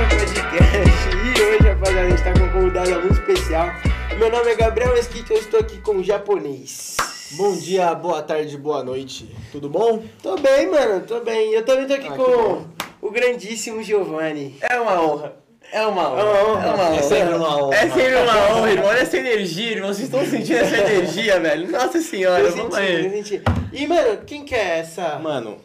um podcast. E hoje, rapaziada, a gente tá com um convidado muito especial. Meu nome é Gabriel Esquite, eu estou aqui com o japonês. Bom dia, boa tarde, boa noite. Tudo bom? Tô bem, mano, tô bem. Eu também tô aqui Ah, que com bom. o grandíssimo Giovanni. É uma honra. É uma honra. É uma honra. É uma honra. É sempre uma honra. É sempre uma honra, irmão. Olha essa energia, irmão. Vocês estão sentindo essa energia, velho? Nossa senhora, eu vamos senti, aí. eu senti. E, mano, quem que é essa Mano,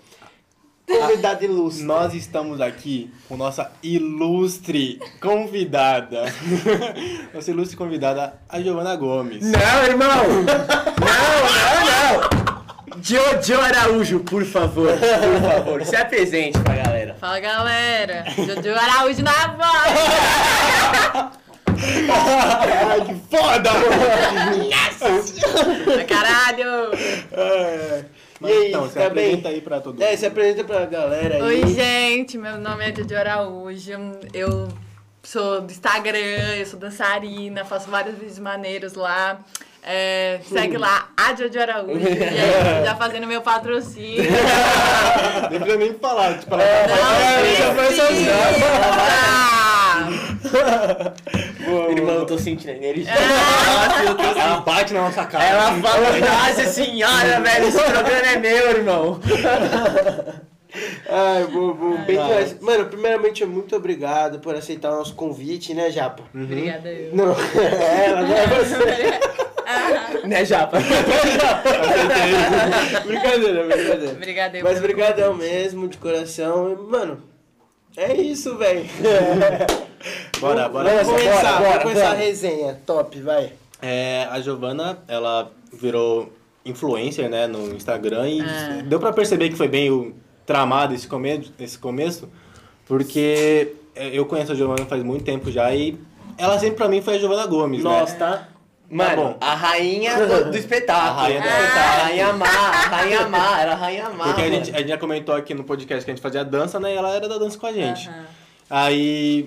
convidada ilustre? nós estamos aqui com nossa ilustre convidada. nossa ilustre convidada, a Giovana Gomes. Não, irmão! Não, não, não! Jojo Araújo, por favor, por favor, se apresente pra galera. Fala galera, Jojo Araújo na voz! Ai, que foda! Pra Caralho! É. Mas E aí, então, se tá bem? apresenta aí pra todo mundo. É, se apresenta pra galera aí. Oi gente, meu nome é Jojo Araújo, eu sou do Instagram, eu sou dançarina, faço vários vídeos maneiros lá. É, segue lá a Jojo Araújo, e aí, já fazendo meu patrocínio. Nem tá- precisa nem falar, tipo, ela É. tá Não precisa! Boa, Irmão, eu boa. tô sentindo a energia. É. Ah. Nossa, eu tô Ela bate na nossa cara. Ela fala, É nossa senhora, velho, esse programa é meu, irmão. Ai, vou, vou. Bem Ai. demais. Mano, primeiramente, muito obrigado por aceitar o nosso convite, né, Japa? Uhum. Obrigada eu. Não, é ela, não é você. Né, Japa? brincadeira, brincadeira. Obrigada eu. Mas pelo brigadão mesmo, de coração. E, Mano, é isso, velho. Bora, bora. Vamos bora. começar, bora, vamos bora, começar a bora. resenha. Top, vai. É, a Giovana, ela virou influencer, né, no Instagram e deu pra perceber que foi bem o- tramado esse começo, esse começo, porque é, eu conheço a Giovana faz muito tempo já e ela sempre pra mim foi a Giovana Gomes, Nossa, né? tá? Mano, bom. a rainha do, do espetáculo. A rainha do Ah. espetáculo. A rainha má, a rainha má, era a rainha má. Porque a mano. gente, a gente já comentou aqui no podcast que a gente fazia dança, né? E ela era da dança com a gente. Aham. Aí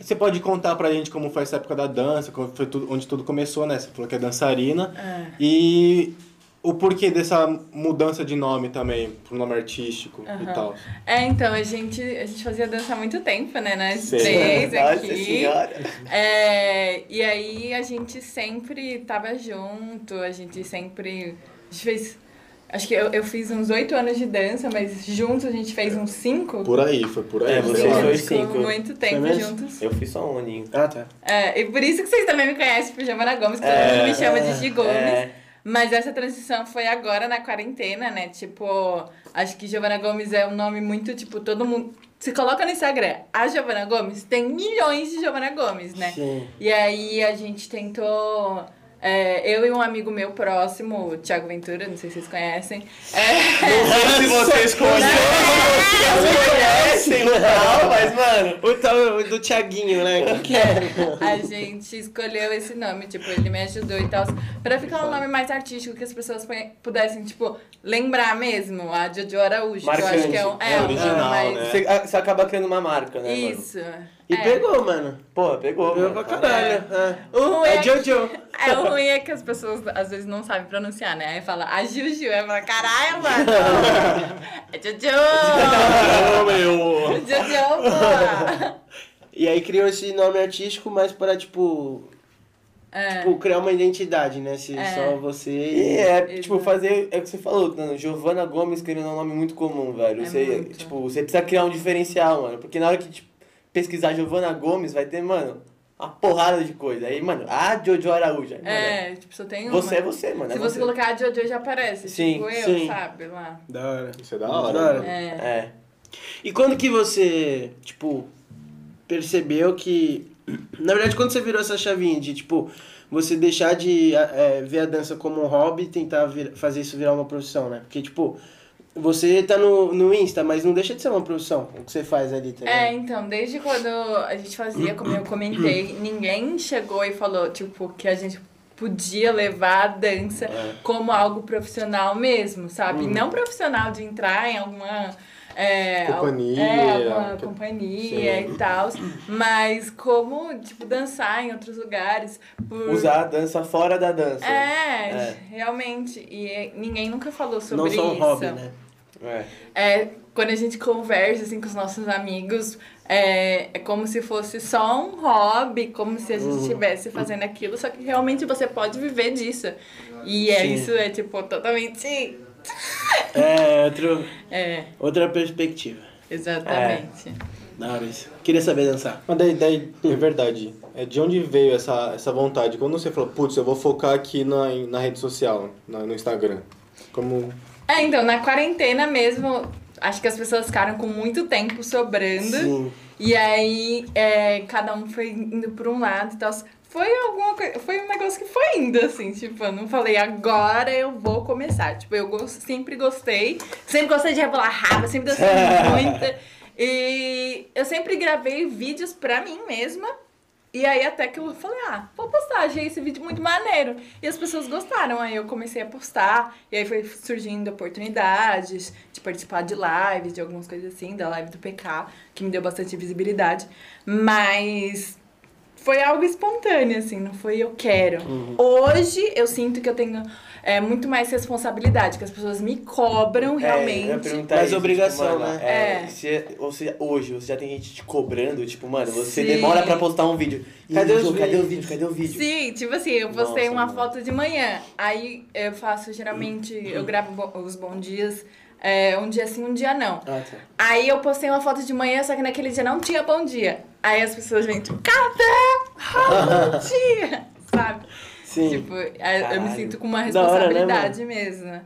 você pode contar pra gente como foi essa época da dança, como foi tudo- onde tudo começou, né? Você falou que é dançarina. É. E o porquê dessa mudança de nome também, pro nome artístico e Aham. tal. É, então, a gente, a gente fazia dança há muito tempo, né? Nós Sim. três Nossa aqui. senhora. É, e aí a gente sempre tava junto, a gente sempre. A gente fez. Acho que eu, eu fiz uns oito anos de dança, mas juntos a gente fez uns cinco. Por aí, foi por aí. É, foi vocês lá. Juntos, dois ficou cinco. Muito tempo mesmo? juntos. Eu fui só um aninho. Ah, tá. É, e por isso que vocês também me conhecem por Giovana Gomes, que todo mundo me chama de Gi Gomes. É, Mas essa transição foi agora na quarentena, né? Tipo, acho que Giovana Gomes é um nome muito, tipo, todo mundo. Se coloca no Instagram, a Giovana Gomes, tem milhões de Giovana Gomes, né? Sim. E aí a gente tentou. é, eu e um amigo meu próximo, o Thiago Ventura, não sei se vocês conhecem. É, né? se vocês conhecem, não, mas, mano... É. O tal do Thiaguinho, né? Como que é? a gente escolheu esse nome, tipo, ele me ajudou e tal, pra ficar um nome mais artístico que as pessoas conhe- pudessem, tipo, lembrar mesmo a Jojo Araújo, que eu acho que é um, Marcante. é, um Original, nome mais. né? Você, você acaba criando uma marca, né, Isso. ah, E é. pegou, mano. mano? Pô, pegou. Pegou pra mano. caralho. É. O ruim É é, Jojo. é, o ruim é que as pessoas às vezes não sabem pronunciar, né? Aí fala, a Juju. Aí fala, caralho, mano. é Jojo. Ah, meu! Jojo, pô. E aí criou esse nome artístico, mas para, tipo, É. tipo, criar uma identidade, né? Se É. só você E e... é, Exato. tipo, fazer. É o que você falou, mano. Giovana Gomes, querendo é um nome muito comum, velho. É você, muito. tipo, você precisa criar um diferencial, mano. Porque na hora que tipo, pesquisar Giovana Gomes, vai ter, mano, uma porrada de coisa. Aí, mano, a Jojo Araújo. Aí, mano, É, tipo, só tem uma. você é você, mano. é Se você colocar a Jojo, já aparece. Sim, tipo, eu, sim. sabe? Lá. Da hora. Isso é da Da hora. hora. né? É. É. E quando que você, tipo, percebeu que. Na verdade, quando você virou essa chavinha de, tipo, você deixar de a- é, ver a dança como um hobby e tentar vir- fazer isso virar uma profissão, né? Porque, tipo, você tá no, no Insta, mas não deixa de ser uma profissão o que você faz ali, tá É, ligado? então, desde quando a gente fazia, como eu comentei, ninguém chegou e falou, tipo, que a gente podia levar a dança como algo profissional mesmo, sabe? Não profissional de entrar em alguma. é, al- Companhia. É, alguma companhia Sim. e tal. Mas como, tipo, dançar em outros lugares. Por... Usar a dança fora da dança. É, É. realmente. E é, ninguém nunca falou sobre não só um isso. hobby, né? É. É, quando a gente conversa assim, com os nossos amigos, É, é como se fosse só um hobby, como se a gente Uhum. estivesse fazendo aquilo, só que realmente você pode viver disso. E é Sim. isso, é tipo, totalmente. É, outro, É, outra perspectiva. exatamente. Da hora isso. Queria saber dançar. Mas daí, daí é verdade. É de onde veio essa, essa vontade? Quando você falou, putz, eu vou focar aqui na, na rede social, na- no Instagram. Como. É. então, na quarentena mesmo, acho que as pessoas ficaram com muito tempo sobrando. Sim. E aí, é, cada um foi indo por um lado e tal. Foi alguma coisa, foi um negócio que foi indo, assim, tipo, eu não falei, agora eu vou começar. Tipo, eu gos- sempre gostei, sempre gostei de rebolar raba, sempre gostei muito. E eu sempre gravei vídeos pra mim mesma. E aí até que eu falei, ah, vou postar, achei esse vídeo muito maneiro. E as pessoas gostaram, aí eu comecei a postar, e aí foi surgindo oportunidades de participar de lives, de algumas coisas assim, da live do PK, que me deu bastante visibilidade. Mas foi algo espontâneo, assim, não foi eu quero. Uhum. Hoje eu sinto que eu tenho é, muito mais responsabilidade, que as pessoas me cobram É, eu ia Hum, realmente. perguntar Mas isso, obrigação, tipo, mano, né? É. É. Se, ou se hoje você já tem gente te cobrando, tipo, mano, você Sim. demora pra postar um vídeo. Cadê, Isso, o, cadê o isso. vídeo? Cadê o vídeo? Sim, tipo assim, eu Nossa, postei uma mano. foto de manhã. Aí eu faço, geralmente, Uhum. eu gravo bo- os bons dias. é, um dia sim, um dia não. Ah, tá. Aí eu postei uma foto de manhã, só que naquele dia não tinha bom dia. Aí as pessoas vêm, tipo, cadê? o Bom dia! Sabe? Sim. Tipo, aí eu me Caralho. sinto com uma Da hora, né, responsabilidade mesmo, né?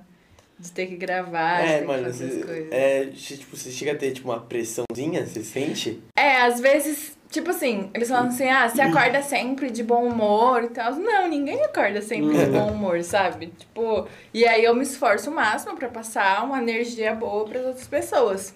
De ter que gravar, de É, ter mano, que fazer as você, coisas. é, che- tipo, você chega a ter tipo, uma pressãozinha, você sente? É, às vezes, tipo assim, eles falam assim, ah, você acorda sempre de bom humor e tal. Não, ninguém acorda sempre de bom humor, sabe? Tipo, e aí eu me esforço o máximo pra passar uma energia boa pras outras pessoas.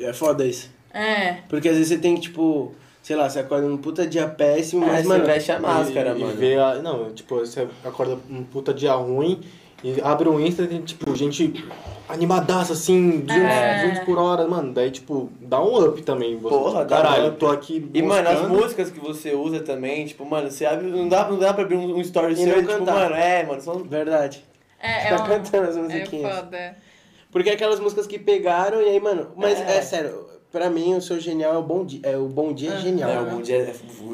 É foda isso. É. Porque às vezes você tem que, tipo, sei lá, você acorda num puta dia péssimo, Mas, mas, você mano. é veste a máscara, e, mano. E vê a, não, tipo, você acorda um puta dia ruim e abre um Insta e tem, tipo, gente animadaça, assim, 200, É. 200 por hora, mano. Daí, tipo, dá um up também. em Você, Porra, tipo, dá um caralho, up. tô aqui E, mano, as buscando. músicas que você usa também, tipo, mano, você abre, não dá, não dá pra abrir um, um story E seu não e, tipo, cantar. mano, é, mano, só... Verdade. É, é Tá um- cantando as É musiquinhas. foda. Porque é aquelas músicas que pegaram e aí, mano. Mas é, É. sério, pra mim o seu genial é o bom dia. É, o bom Ah. dia é genial. Não, né? mano. bom dia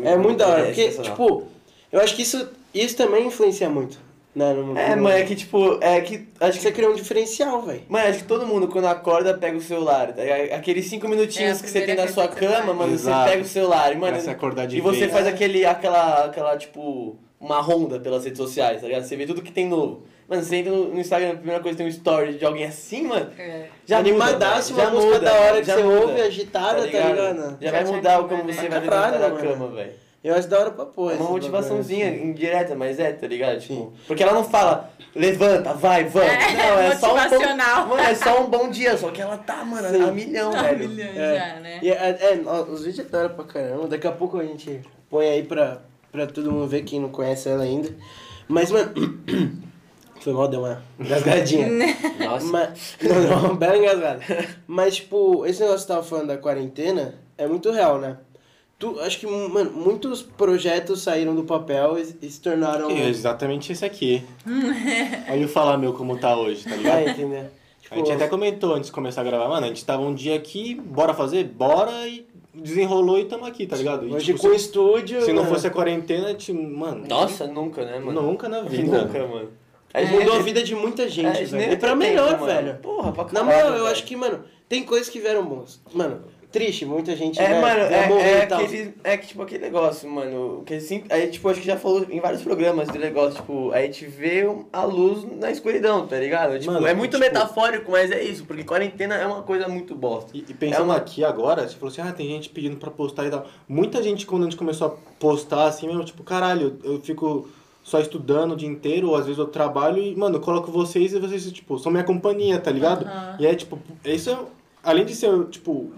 é, É muito da hora. Porque, sensacional. tipo, eu acho que isso, isso também influencia muito. Né, no, É, no- mano, é que, tipo, é que, acho que Você cria um diferencial, velho. Mano, acho que todo mundo quando acorda pega o celular. tá ligado? Aqueles cinco minutinhos É a que você tem primeira na sua coisa que você cama, faz. mano, Exato. você pega o celular. E, Pra mano, se acordar de e você vez. faz aquele, aquela, aquela, tipo, uma ronda pelas redes sociais, tá ligado? Você vê tudo que tem novo. Mano, você entra no no Instagram, a primeira coisa tem um story de alguém assim, mano. É. Já Animadaço, muda, uma velho, já música muda, da hora que já você muda, ouve, agitada, tá ligado? Já, Já vai te mudar anima, como né? você vai Caralho, levantar da mano. cama, velho. Eu acho da hora pra pôr. É esses uma bagulho, assim. motivaçãozinha indireta, mas é, tá ligado? Tipo, Sim. Porque ela não fala, levanta, vai, vamos. É, não, é só um bom, motivacional. mano, é só um bom dia, só que ela tá, mano, Sim. a milhão, Tá velho. brilhando É. já, né? E é, é, ó, os vídeos é da hora pra caramba. Daqui a pouco a gente põe aí pra, pra todo mundo ver quem não conhece ela ainda. Mas, mano. Foi mal, deu uma engasgadinha. Né? Nossa. Mas, não, não, uma bela engasgada. Mas, tipo, esse negócio que você tava falando da quarentena é muito real, né? Tu, acho que, mano, muitos projetos saíram do papel e, e se tornaram. É exatamente esse aqui. Olha o falar meu como tá hoje, tá ligado? Vai Tipo, entender. A gente até comentou antes de começar a gravar, mano, a gente tava um dia aqui, bora fazer? Bora e desenrolou e tamo aqui, tá ligado? E, Hoje tipo, com o estúdio. né? se, se não né? mano, fosse a quarentena, te, mano, Nossa, nunca, né, mano? nunca na vida. Nunca, mano. A Mudou a vida de muita a gente, gente velho. nem E pra é. né? tem melhor, tempo, mano. velho. Porra, pra Na caralho. moral, eu velho. acho que, mano, tem coisas que vieram bons. Mano, triste, muita gente. É, né, mano, já morreu é, é e tal. aquele, é que, tipo aquele negócio, mano. Que assim, aí, tipo, acho que já falou em vários programas do negócio, tipo, a gente vê a luz na escuridão, tá ligado? Tipo, Mano, é muito tipo- metafórico, mas é isso, porque quarentena é uma coisa muito bosta. E, e pensando É uma- aqui agora, você falou assim, ah, tem gente pedindo pra postar e tal. Muita gente, quando a gente começou a postar, assim mesmo, tipo, caralho, eu fico só estudando o dia inteiro, ou às vezes eu trabalho e, mano, eu coloco vocês e vocês, tipo, são minha companhia, tá ligado? Aham. E é, tipo, isso é, além de ser, tipo,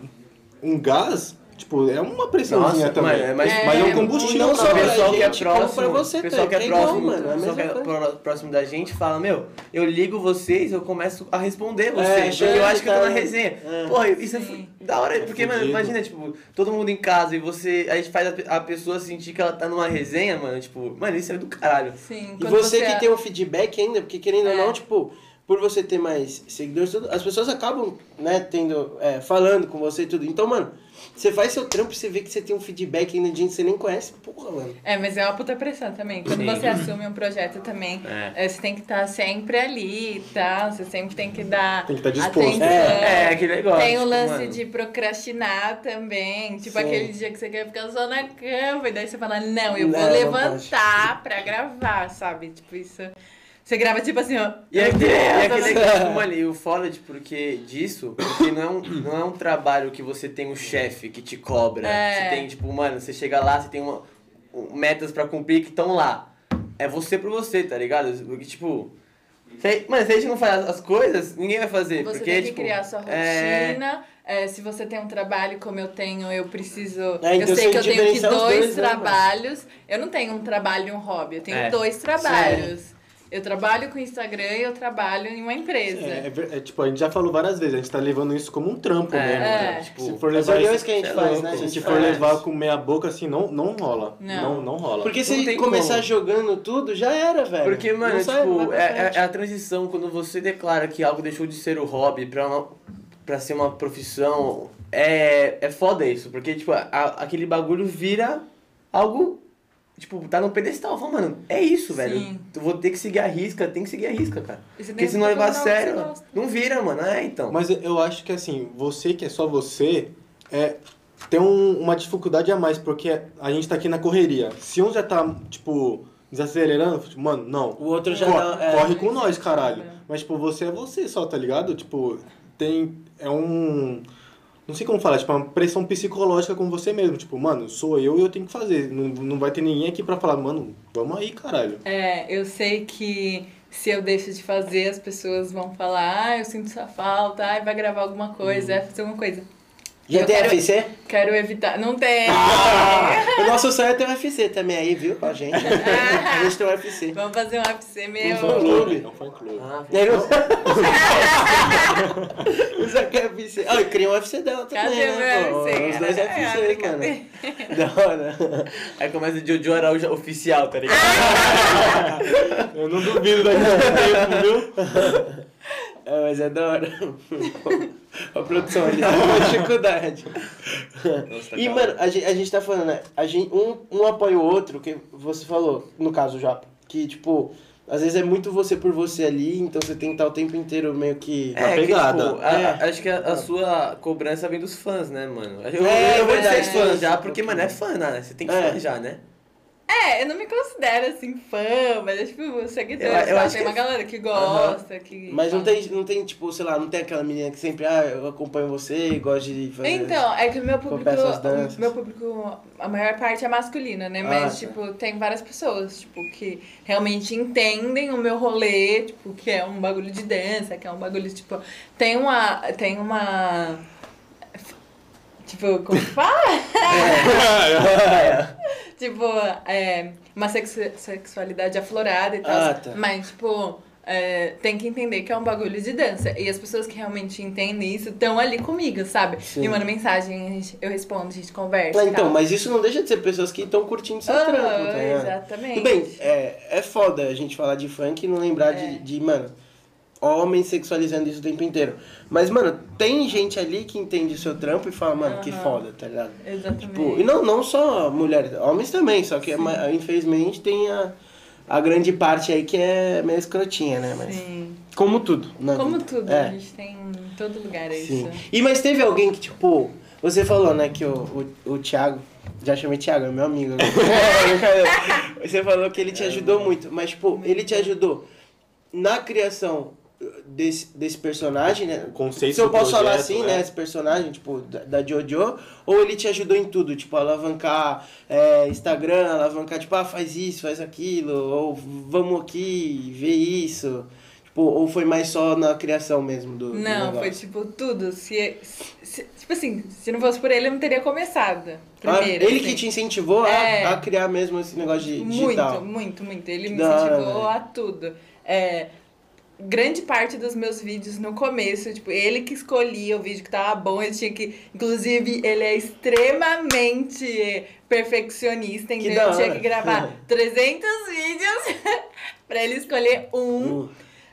um gás, tipo, é uma pressãozinha Nossa, também. mano, é mais- mas é um É, combustível não O só pra pra nós. pessoal que é gente, como pra próximo, você, pessoal que tá? é É igual, próximo, mano, é a pessoal que é mesma pro- próximo da gente fala, meu, eu ligo vocês, eu começo a responder vocês, É, porque eu é, acho que eu tô na tá. resenha. É. Porra, isso é Sim. fu- da hora, porque, mano, fudido. imagina, tipo, todo mundo em casa e você, a gente faz a, a pessoa sentir que ela tá numa resenha, mano, tipo, mano, isso é do caralho. Sim, E quando você você que tem um feedback ainda, porque querendo ou É. não, tipo, por você ter mais seguidores, tudo, as pessoas acabam, né, tendo, é, falando com você e tudo. Então, mano, você faz seu trampo e você vê que você tem um feedback ainda de gente que você nem conhece. Porra, mano. É, mas é uma puta pressão também. Quando Sim. você assume um projeto também, É. eh, você tem que estar sempre ali e tal. Você sempre tem que dar. Tem que tá disposto. atenção. É, é, que negócio. Tem o tipo, lance mano. de procrastinar também. Tipo Sim. aquele dia que você quer ficar só na cama e daí você fala, não, eu vou Não, não levantar pra gravar, sabe? Tipo isso. Você grava tipo assim, ó. E é aquele, e é Meu Deus, aquele negócio, mano, e o foda de porque disso, porque não é, um, não é um trabalho que você tem um chefe que te cobra. É. Você tem, tipo, mano, você chega lá, você tem uma, um- metas pra cumprir que estão lá. É você por você, tá ligado? Porque, tipo. Cê, mano, se a gente não faz as coisas, ninguém vai fazer. Você porque, tem que tipo, criar sua é, rotina. é, se você tem um trabalho como eu tenho, eu preciso. É, então eu sei você que eu tenho que diferenciar os dois, dois, né, mano? trabalhos. Eu não tenho um trabalho e um hobby, eu tenho É. dois trabalhos. Eu trabalho com Instagram e eu trabalho em uma empresa. É, é ver- é, tipo, a gente já falou várias vezes, a gente tá levando isso como um trampo É, mesmo. é. né? Tipo, Se for As reuniões que a gente é faz, louco, né? Se a gente gente for faz. levar com meia boca, assim, não, não rola. Não. Não. Não, rola. Porque Não se tem começar como. jogando tudo, já era, velho. Porque, É. mano, Não tipo, sai, não vai pra é, é- frente. é a transição quando você declara que algo deixou de ser o hobby pra, uma, pra ser uma profissão. É, é foda isso, porque, tipo, a- aquele bagulho vira algo. Tipo, tá no pedestal. Fala, mano, é isso, velho. Sim. Tu vou ter que seguir a risca, tem que seguir a risca, cara. E você tem Porque que se não levar a procurar algo que sério, você mano, gosta. não vira, mano. É, então. Mas eu acho que assim, você que é só você, é, tem um- uma dificuldade a mais, porque a gente tá aqui na correria. Se um já tá, tipo, desacelerando, tipo, mano, não. O outro já Cor- tá- é. corre com nós, caralho. É. Mas, tipo, você é você só, tá ligado? Tipo, tem. É um. Não sei como falar, tipo, uma pressão psicológica com você mesmo. Tipo, mano, sou eu e eu tenho que fazer. Não, não vai ter ninguém aqui pra falar, mano, vamos aí, caralho. É, eu sei que se eu deixo de fazer, as pessoas vão falar, ah, eu sinto sua falta, ai, vai gravar alguma Hum. coisa, vai fazer alguma coisa. Já Eu tem é, quero- UFC? Quero evitar. Não tem! O nosso sonho é ter um UFC também aí, viu? Com a gente. a gente tem um UFC. Vamos fazer um UFC É meu. um fã-clube. É um fã-clube. Ah, E aí, não... eu só quero UFC. Ah, eu criei um UFC dela também, Cadê né? meu pô? UFC, Os dois cara? É, UFC, mano. Da hora. aí começa o Jojo Araújo oficial, tá ligado? Eu não duvido daqui a um tempo, viu? É, mas é da hora. a produção ali tá com uma dificuldade. Nossa, tá e, calmo. mano, a gente, a gente tá falando, né? A gente, um, um apoia o outro, que você falou, no caso o Japa, que, tipo, às vezes é muito você por você ali, então você tem que estar o tempo inteiro meio que... É, pegada. Que, tipo, a- É. a- acho que a, a sua cobrança vem dos fãs, né, mano? Eu, É, eu vou dizer verdade. fãs já, porque, mano, é fã, né? Você tem que É. fã já, né? É, eu não me considero assim fã, mas é tipo seguidor. Eu- eu sabe? acho tem que- é uma galera que gosta, que. Mas não tem, não tem, tipo, sei lá, não tem aquela menina que sempre, ah, eu acompanho você, gosto de fazer... Ah, Então, é que o meu público. Confesso as danças. o Meu público, a maior parte é masculina, né? Ah, Mas, tá. tipo, tem várias pessoas, tipo, que realmente entendem o meu rolê, tipo, que é um bagulho de dança, que é um bagulho, tipo. Tem uma. Tem uma. Tipo, como que fala? Tipo, é, uma sexu- sexualidade aflorada e tal. Ah, tá. Mas, tipo, é, tem que entender que é um bagulho de dança. E as pessoas que realmente entendem isso estão ali comigo, sabe? Sim. Me mandam mensagem, a gente- eu respondo, a gente Ah, conversa. então, mas isso não deixa de ser pessoas que estão curtindo seu é Aham, trampo, tá ligado? exatamente. Tudo bem, é, é foda a gente falar de funk e não lembrar É. de, de, mano, homens sexualizando isso o tempo inteiro. Mas, mano, tem gente ali que entende o seu trampo e fala, mano, que Aham. foda, tá ligado? Exatamente. Tipo, e não, não só mulheres, homens também, só que ma- infelizmente tem a, a grande parte aí que é meio escrotinha, né? Mas, Sim. como tudo, na Como vida. tudo, É. a gente tem em todo lugar é Sim. isso. E mas teve alguém que, tipo, você falou, né, que o, o, o Thiago, já chamei Thiago, é meu amigo. agora. você falou que ele te ajudou muito, mas, tipo, ele te ajudou na criação desse, desse personagem, né? O conceito Se eu do posso falar projeto, assim, né? né? Esse personagem, tipo, da, da Jojo, ou ele te ajudou em tudo, tipo, alavancar é, Instagram, alavancar, tipo, ah, faz isso, faz aquilo, ou vamos aqui, ver isso. Tipo, ou foi mais só na criação mesmo do. do Não, foi negócio? tipo tudo. Se, se- tipo assim, se não fosse por ele, eu não teria começado. Ah, Primeiro. ele assim. que te incentivou a- É. a, criar mesmo esse negócio de digital. Muito, muito, muito. Ele Que me da hora, incentivou velho. a tudo. É, grande parte dos meus vídeos no começo, tipo, ele que escolhia o vídeo que tava bom, ele tinha que. Inclusive, ele é extremamente perfeccionista, então da eu tinha hora. que gravar 300 vídeos pra ele escolher um. Uh,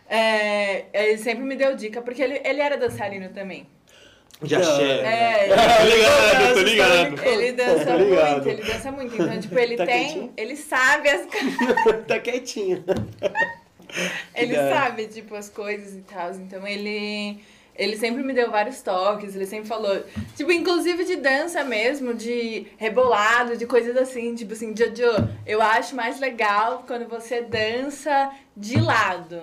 É, ele sempre me deu dica, porque ele, ele era dançarino também. De axé. É, Tá ligado, tô ligado. ele dança Tô ligado. muito, ele dança muito. Então, tipo, ele Tá tem. quietinho? Ele sabe as coisas. tá quietinho. Ele da hora. sabe, tipo, as coisas e tal. Então ele. Ele sempre me deu vários toques, ele sempre falou, tipo, inclusive de dança mesmo, de rebolado, de coisas assim, tipo assim, Jojo, eu acho mais legal quando você dança de lado.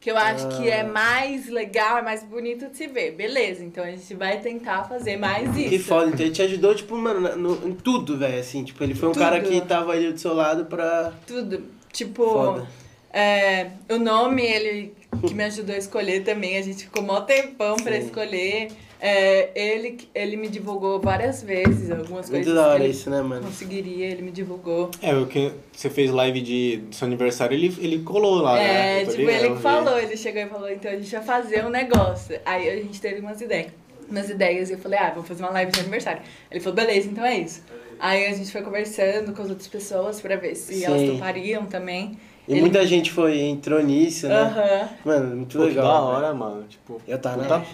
Que eu acho que Ah. é mais legal, é mais bonito de se ver. Beleza, então a gente vai tentar fazer mais isso. Que foda, então ele te ajudou, tipo, mano, na- no- em tudo, velho, assim, tipo, ele foi um Tudo. cara que tava ali do seu lado pra... Tudo. Tipo, Foda. é, o nome, ele que me ajudou a escolher também, a gente ficou mó tempão pra Sim. escolher. É, ele, ele me divulgou várias vezes, algumas coisas. Muito da que hora ele isso, né, mano? Conseguiria, ele me divulgou. É, o que você fez live de, do seu aniversário, ele, ele colou Ah, lá, né? é, Eu tô tipo, ligado, ele eu que vi. falou, ele chegou e falou, então a gente vai fazer um negócio. Aí a gente teve umas ideias. Umas ideias, e eu falei, ah, vamos fazer uma live de aniversário. Ele falou, beleza, então é isso. Aí a gente foi conversando com as outras pessoas pra ver se elas Sim. topariam também. E Ele- muita gente foi, entrou nisso, né? Aham. Mano, muito Pô, que legal. da velho. hora, mano. Tipo, Eu tava na puta live.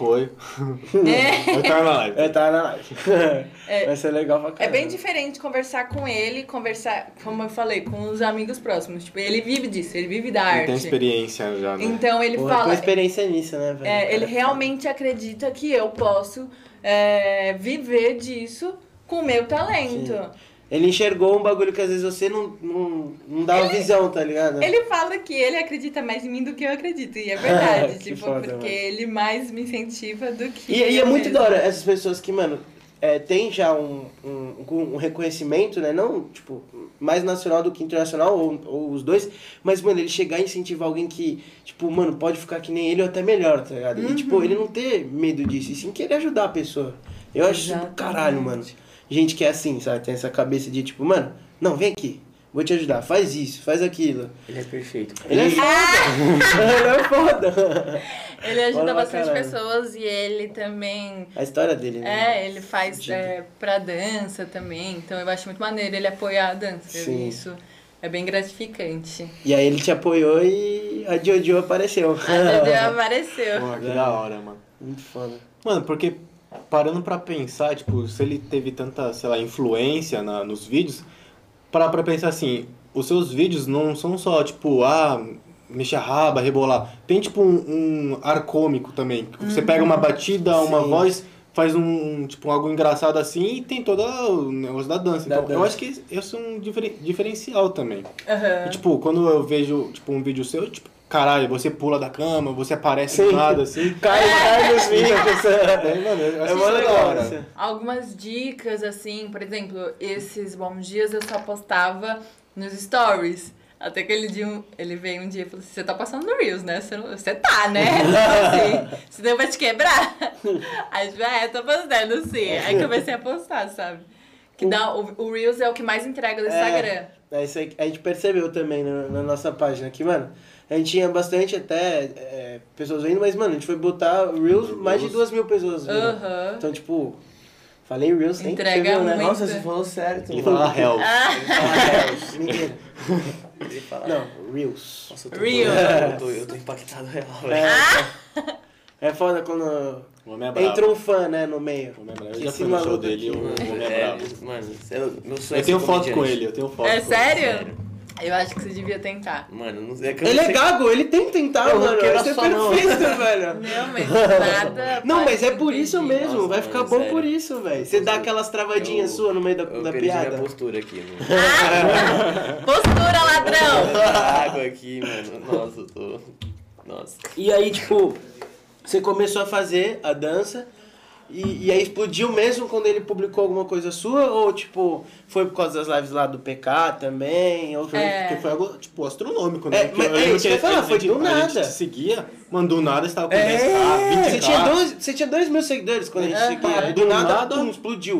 apoio. Eu tava na live. Eu tava na live. É. Vai ser legal pra É caralho. bem diferente conversar com ele, conversar, como eu falei, com os amigos próximos. Tipo, ele vive disso, ele vive da Ele tem É arte. experiência já, né? Então ele Porra, fala, tem experiência nisso, né, velho? é, ele Cara, realmente acredita que eu posso é, viver disso com o meu talento. Ele enxergou um bagulho que às vezes você não, não, não É. dá uma visão, tá ligado? Ele fala que ele acredita mais em mim do que eu acredito, e é verdade, Que tipo, foda, porque mano. ele mais me incentiva do que. E, e é eu muito mesma. da hora essas pessoas que, mano, é, tem já um, um, um reconhecimento, né? Não, tipo, mais nacional do que internacional, ou, ou os dois, mas, mano, ele chegar e incentivar alguém que, tipo, mano, pode ficar que nem ele ou até melhor, tá ligado? E, Uhum. tipo, ele não ter medo disso, e sim querer ajudar a pessoa. Eu acho isso do Exatamente. caralho, mano. Gente que é assim, sabe? Tem essa cabeça de, tipo, mano, não, vem aqui, vou te ajudar, faz isso, faz aquilo. Ele é perfeito. cara. Ele é foda! ele é foda! Ele ajuda Olha pra bastante caralho. pessoas e ele também A história dele, né? É, ele faz Fudido. é, pra dança também, então eu acho muito maneiro ele apoiar a dança. Sim. E Isso é bem gratificante. E aí ele te apoiou e a Jojo apareceu. A Dedé apareceu. Porra, que da hora, mano. Muito foda. Mano, porque parando pra pensar, tipo, se ele teve tanta, sei lá, influência na, nos vídeos, parar pra pensar assim, os seus vídeos não são só, tipo, ah, mexer a raba, rebolar. Tem, tipo, um, um ar cômico também. que Você pega uma batida, uma Sim. voz, faz um, tipo, algo engraçado assim e tem todo o negócio da dança. Da então, eu dança. acho que esse é um diferen- diferencial também. E, Aham. tipo, quando eu vejo, tipo, um vídeo seu, tipo, caralho, você pula da cama, você aparece do Sim. nada, assim. Cai, cai dos vídeos. É, assim. mano, eu É acho mó isso da legal. hora. isso. Algumas dicas, assim, por exemplo, esses bons dias eu só postava nos stories. Até que ele, dia, um- ele veio um dia e falou assim, você tá passando no Reels, né? Você, não- você tá, né? Tipo assim, senão vai te quebrar. Aí eu falei, ah, eu tô postando sim. Aí comecei a postar, sabe? Que dá, o, o Reels é o que mais entrega do É. Instagram. É isso aí que a gente percebeu também na, na nossa página que, mano, a gente tinha bastante até é, pessoas vendo, mas, mano, a gente foi botar Reels, mais de Reels. duas mil pessoas viram. Aham. Então, tipo, falei Reels, nem Entrega entendeu, né? muito. Nossa, você falou certo. Ele mano. fala hell. Nossa, É, Mentira. Ele fala- Não, Reels. Nossa, eu tô, Real. Eu tô, eu tô impactado real, velho. Ah! É foda quando O homem é brabo. entra um fã, né, no meio. O homem é brabo. Eu Que já se fui no show maluca dele, que- o homem é brabo. É, mano, cê- meu sonho é Eu tenho ser foto com comediante. ele, eu tenho foto É com sério? Eu acho que você devia tentar. Mano, não sei. que eu Ele não é sei- gago, ele tem que tentar, Eu não mano. quero Isso é só não. perfeito, velho. Não, mas nada. Não, mas parece é por isso impedir. mesmo, Nossa, vai mano, ficar bom sério. por isso, velho. Você dá aquelas travadinhas Eu- suas no meio da, Eu da perdi piada. minha postura aqui, mano. Ah! Postura, ladrão! A água aqui, mano. Nossa, eu tô. Nossa. E aí, tipo, você começou a fazer a dança e, e aí explodiu mesmo quando ele publicou alguma coisa sua? Ou, tipo, foi por causa das lives lá do PK também? Ou foi... É. Porque foi algo, tipo, astronômico, É, né? Porque mas eu é lembro isso que eu ia falar, a foi gente- do A nada. gente te seguia, mandou nada, você tava com É, 10k, 20k. Você tinha, dois, você tinha dois mil seguidores quando a gente Aham. seguia. Do Do nada, é. nada. pum, explodiu.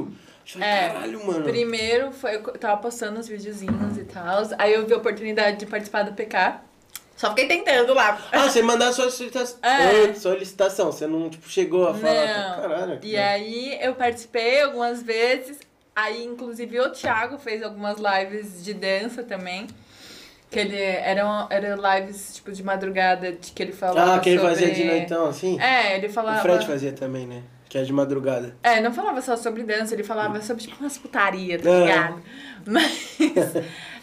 Eu falei, É, caralho, mano. Primeiro foi, eu tava postando os videozinhos e tal. Aí eu vi a oportunidade de participar do PK. Só fiquei tentando lá. Ah, você mandar a sua solicitação. É. Oi, solicitação. Você não, tipo, chegou a falar. Não. Caralho. E aí eu participei algumas vezes. Aí, inclusive, o Thiago fez algumas lives de dança também. Que ele eram, eram lives tipo de madrugada de que ele falava. Ah, que ele sobre... fazia de noitão, assim? É, ele falava. O Fred fazia também, né? Que é de madrugada. É, não falava só sobre dança, ele falava sobre tipo umas putaria, tá É. ligado? Mas.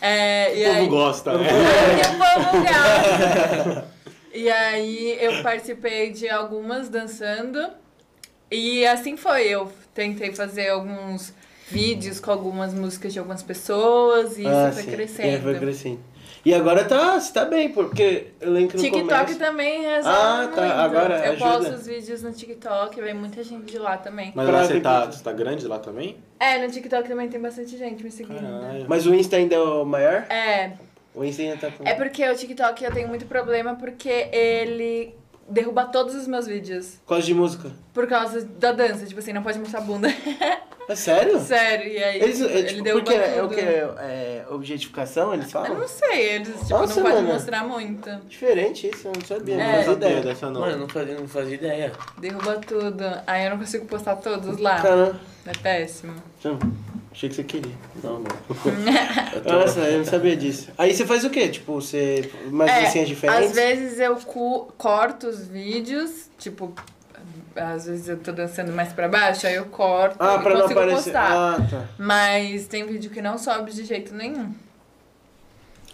É, e O povo aí... gosta, né? Porque o povo gosta. E aí eu participei de algumas dançando. E assim foi. Eu tentei fazer alguns vídeos com algumas músicas de algumas pessoas e Ah, isso sim. foi E aí crescendo. foi crescendo. E agora tá, você tá bem, porque eu lembro que no TikTok tá- começo... também resolve Ah, muito. tá. Agora eu ajuda. posto os vídeos no TikTok, vem muita gente de lá também. Mas lá você Pra- tá, você tá grande lá também? É, no TikTok também tem bastante gente me seguindo. Caralho. Mas o Insta ainda é o maior? É, O Insta ainda tá com... é porque o TikTok eu tenho muito problema porque ele derruba todos os meus vídeos. Por causa de música. Por causa da dança, tipo assim, não pode mostrar bunda. É sério? Sério, e aí Eles, tipo, é, ele tipo, derruba porque tudo. né? é o que? É, é objetificação, eles Eu falam? não sei, eles tipo, Nossa, não podem mano. mostrar muito. Diferente isso, eu não sabia. É. Não fazia Não sabia ideia. dessa não. Mano, eu não fazia, não fazia ideia. Derruba tudo. Aí eu não consigo postar todos lá. Caramba. É péssimo. Hum, Achei que você queria. Não, não. Eu tô- Nossa, eu não sabia disso. Aí você faz o quê? Tipo, você. Umas É, dancinhas diferentes? Às vezes eu cu- corto os vídeos, tipo, às vezes eu tô dançando mais pra baixo, aí eu corto ah, e pra não consigo aparecer. postar. Ah, tá. Mas tem vídeo que não sobe de jeito nenhum.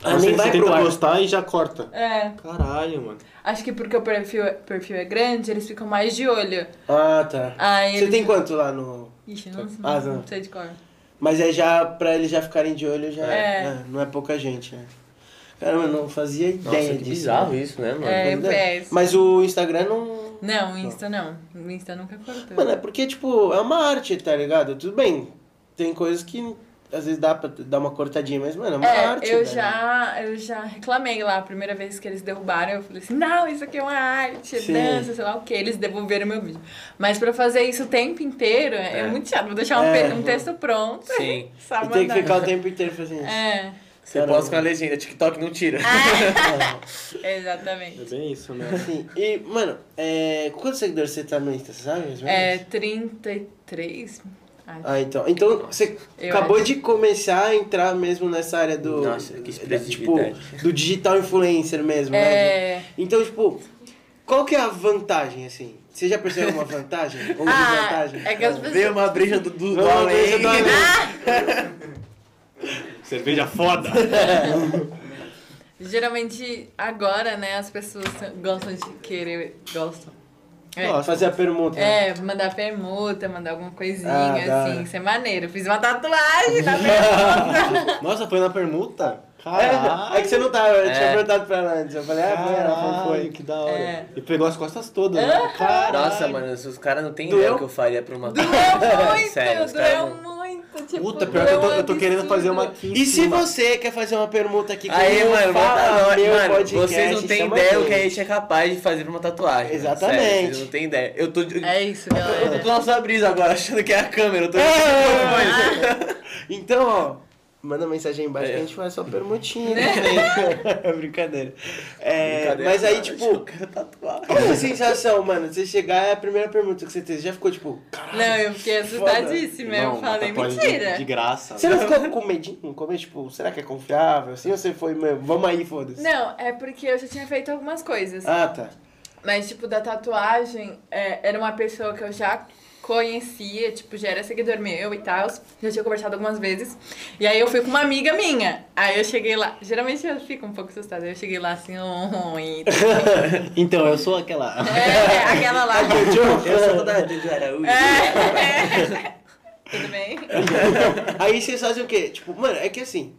Ah, você nem você vai tenta pro ar. postar e já corta. É. Caralho, mano. Acho que porque o perfil, perfil é grande, eles ficam mais de olho. Ah, tá. Aí Você eles- tem quanto lá no. Ixi, não, não, Ah, não não. sei de cor. Mas é já. Pra eles já ficarem de olho, já. É. né? não é pouca gente, né? Caramba, eu não fazia Nossa, ideia que disso. bizarro isso, né, mano? É, Não fazia ideia. PS. Mas o Instagram não. Não, o Insta não. O Insta nunca cortou. Mano, é porque, tipo, é uma arte, tá ligado? Tudo bem. Tem coisas que às vezes dá pra dar uma cortadinha, mas, mano, é uma É, arte. eu velho. já, eu já reclamei lá a primeira vez que eles derrubaram. Eu falei assim: não, isso aqui é uma arte, é Sim. dança, sei lá o que. Eles devolveram meu vídeo. Mas pra fazer isso o tempo inteiro é, É. muito chato. Vou deixar um, É. pe- um texto pronto. Sim. Só E tem que mandar. ficar o tempo inteiro fazendo isso. É, Você Caramba. posta com a legenda, TikTok não tira. É Ah, exatamente. bem isso, né? Assim, e, mano, é, quantos seguidores você tá no Insta, você sabe? mais ou É, menos? 33. Acho. Ah, então. Então, você Eu acabou acho. de começar a entrar mesmo nessa área do. Nossa, que da- Tipo, expressividade. do digital influencer mesmo, né? É. Então, tipo, qual que é a vantagem, assim? Você já percebeu alguma vantagem? Ou Ah, desvantagem? é que as pessoas. Veio uma briga do, do, Não, do além. mas eu tô ali. Cerveja foda. Geralmente agora, né, as pessoas gostam de querer. Gostam. É. Nossa, fazer a Ah. permuta. É, mandar permuta, mandar alguma coisinha, Ah, da hora. assim, isso é maneiro. Fiz uma tatuagem tá da permuta. Nossa, foi na permuta? É, é que você não tá, eu tinha É. perguntado pra ela antes. Eu falei, ah, foi ela Caralho, falou, foi. que da hora. É. E pegou as costas todas. Né? Caralho. Nossa, mano, se os caras não têm Doeu? ideia o que eu faria pra uma Doeu muito, Sério, os caras doeu não- muito. Tipo, Puta, pior que eu tô, doeu eu tô querendo fazer uma absurdo. aqui. em E se cima. você quer fazer uma permuta aqui com Aí, o mano, Fala mano, Meu mano, Podcast, vocês não têm chama ideia ele. o que a gente é capaz de fazer pra uma tatuagem. mano. Exatamente. Sério, vocês não têm ideia. Eu tô. de- É isso, Eu tô galera. na sua brisa agora, achando que é a câmera. Eu tô. Então, ó, manda mensagem aí embaixo É. que a gente faz só permutinha. Né? Brincadeira. É, Brincadeira, mas aí, cara, tá- tipo, Eu quero tatuar. qual é a sensação, mano? de Você chegar é a primeira pergunta que você teve. Você já ficou, tipo, caralho. Ah, Não, eu fiquei assustadíssima. Não, tá eu falei, uma tatuagem mentira. De, de graça. Você não ficou com medinho no começo? Tipo, será que é confiável? Assim, ou você foi, mano, vamos aí, foda-se. Não, é porque eu já tinha feito algumas coisas. Ah, tá. Mas, tipo, da tatuagem, é, era uma pessoa que eu já conhecia, tipo, já era seguidor meu e tal. Já tinha conversado algumas vezes. E aí eu fui com uma amiga minha. Aí eu cheguei lá. Geralmente eu fico um pouco assustada. Eu cheguei lá assim, oi. Então, eu sou aquela. É, é, aquela Tá lá. Eu sou da de Araújo. É. Tudo bem? Aí vocês fazem o quê? Tipo, mano, é que assim,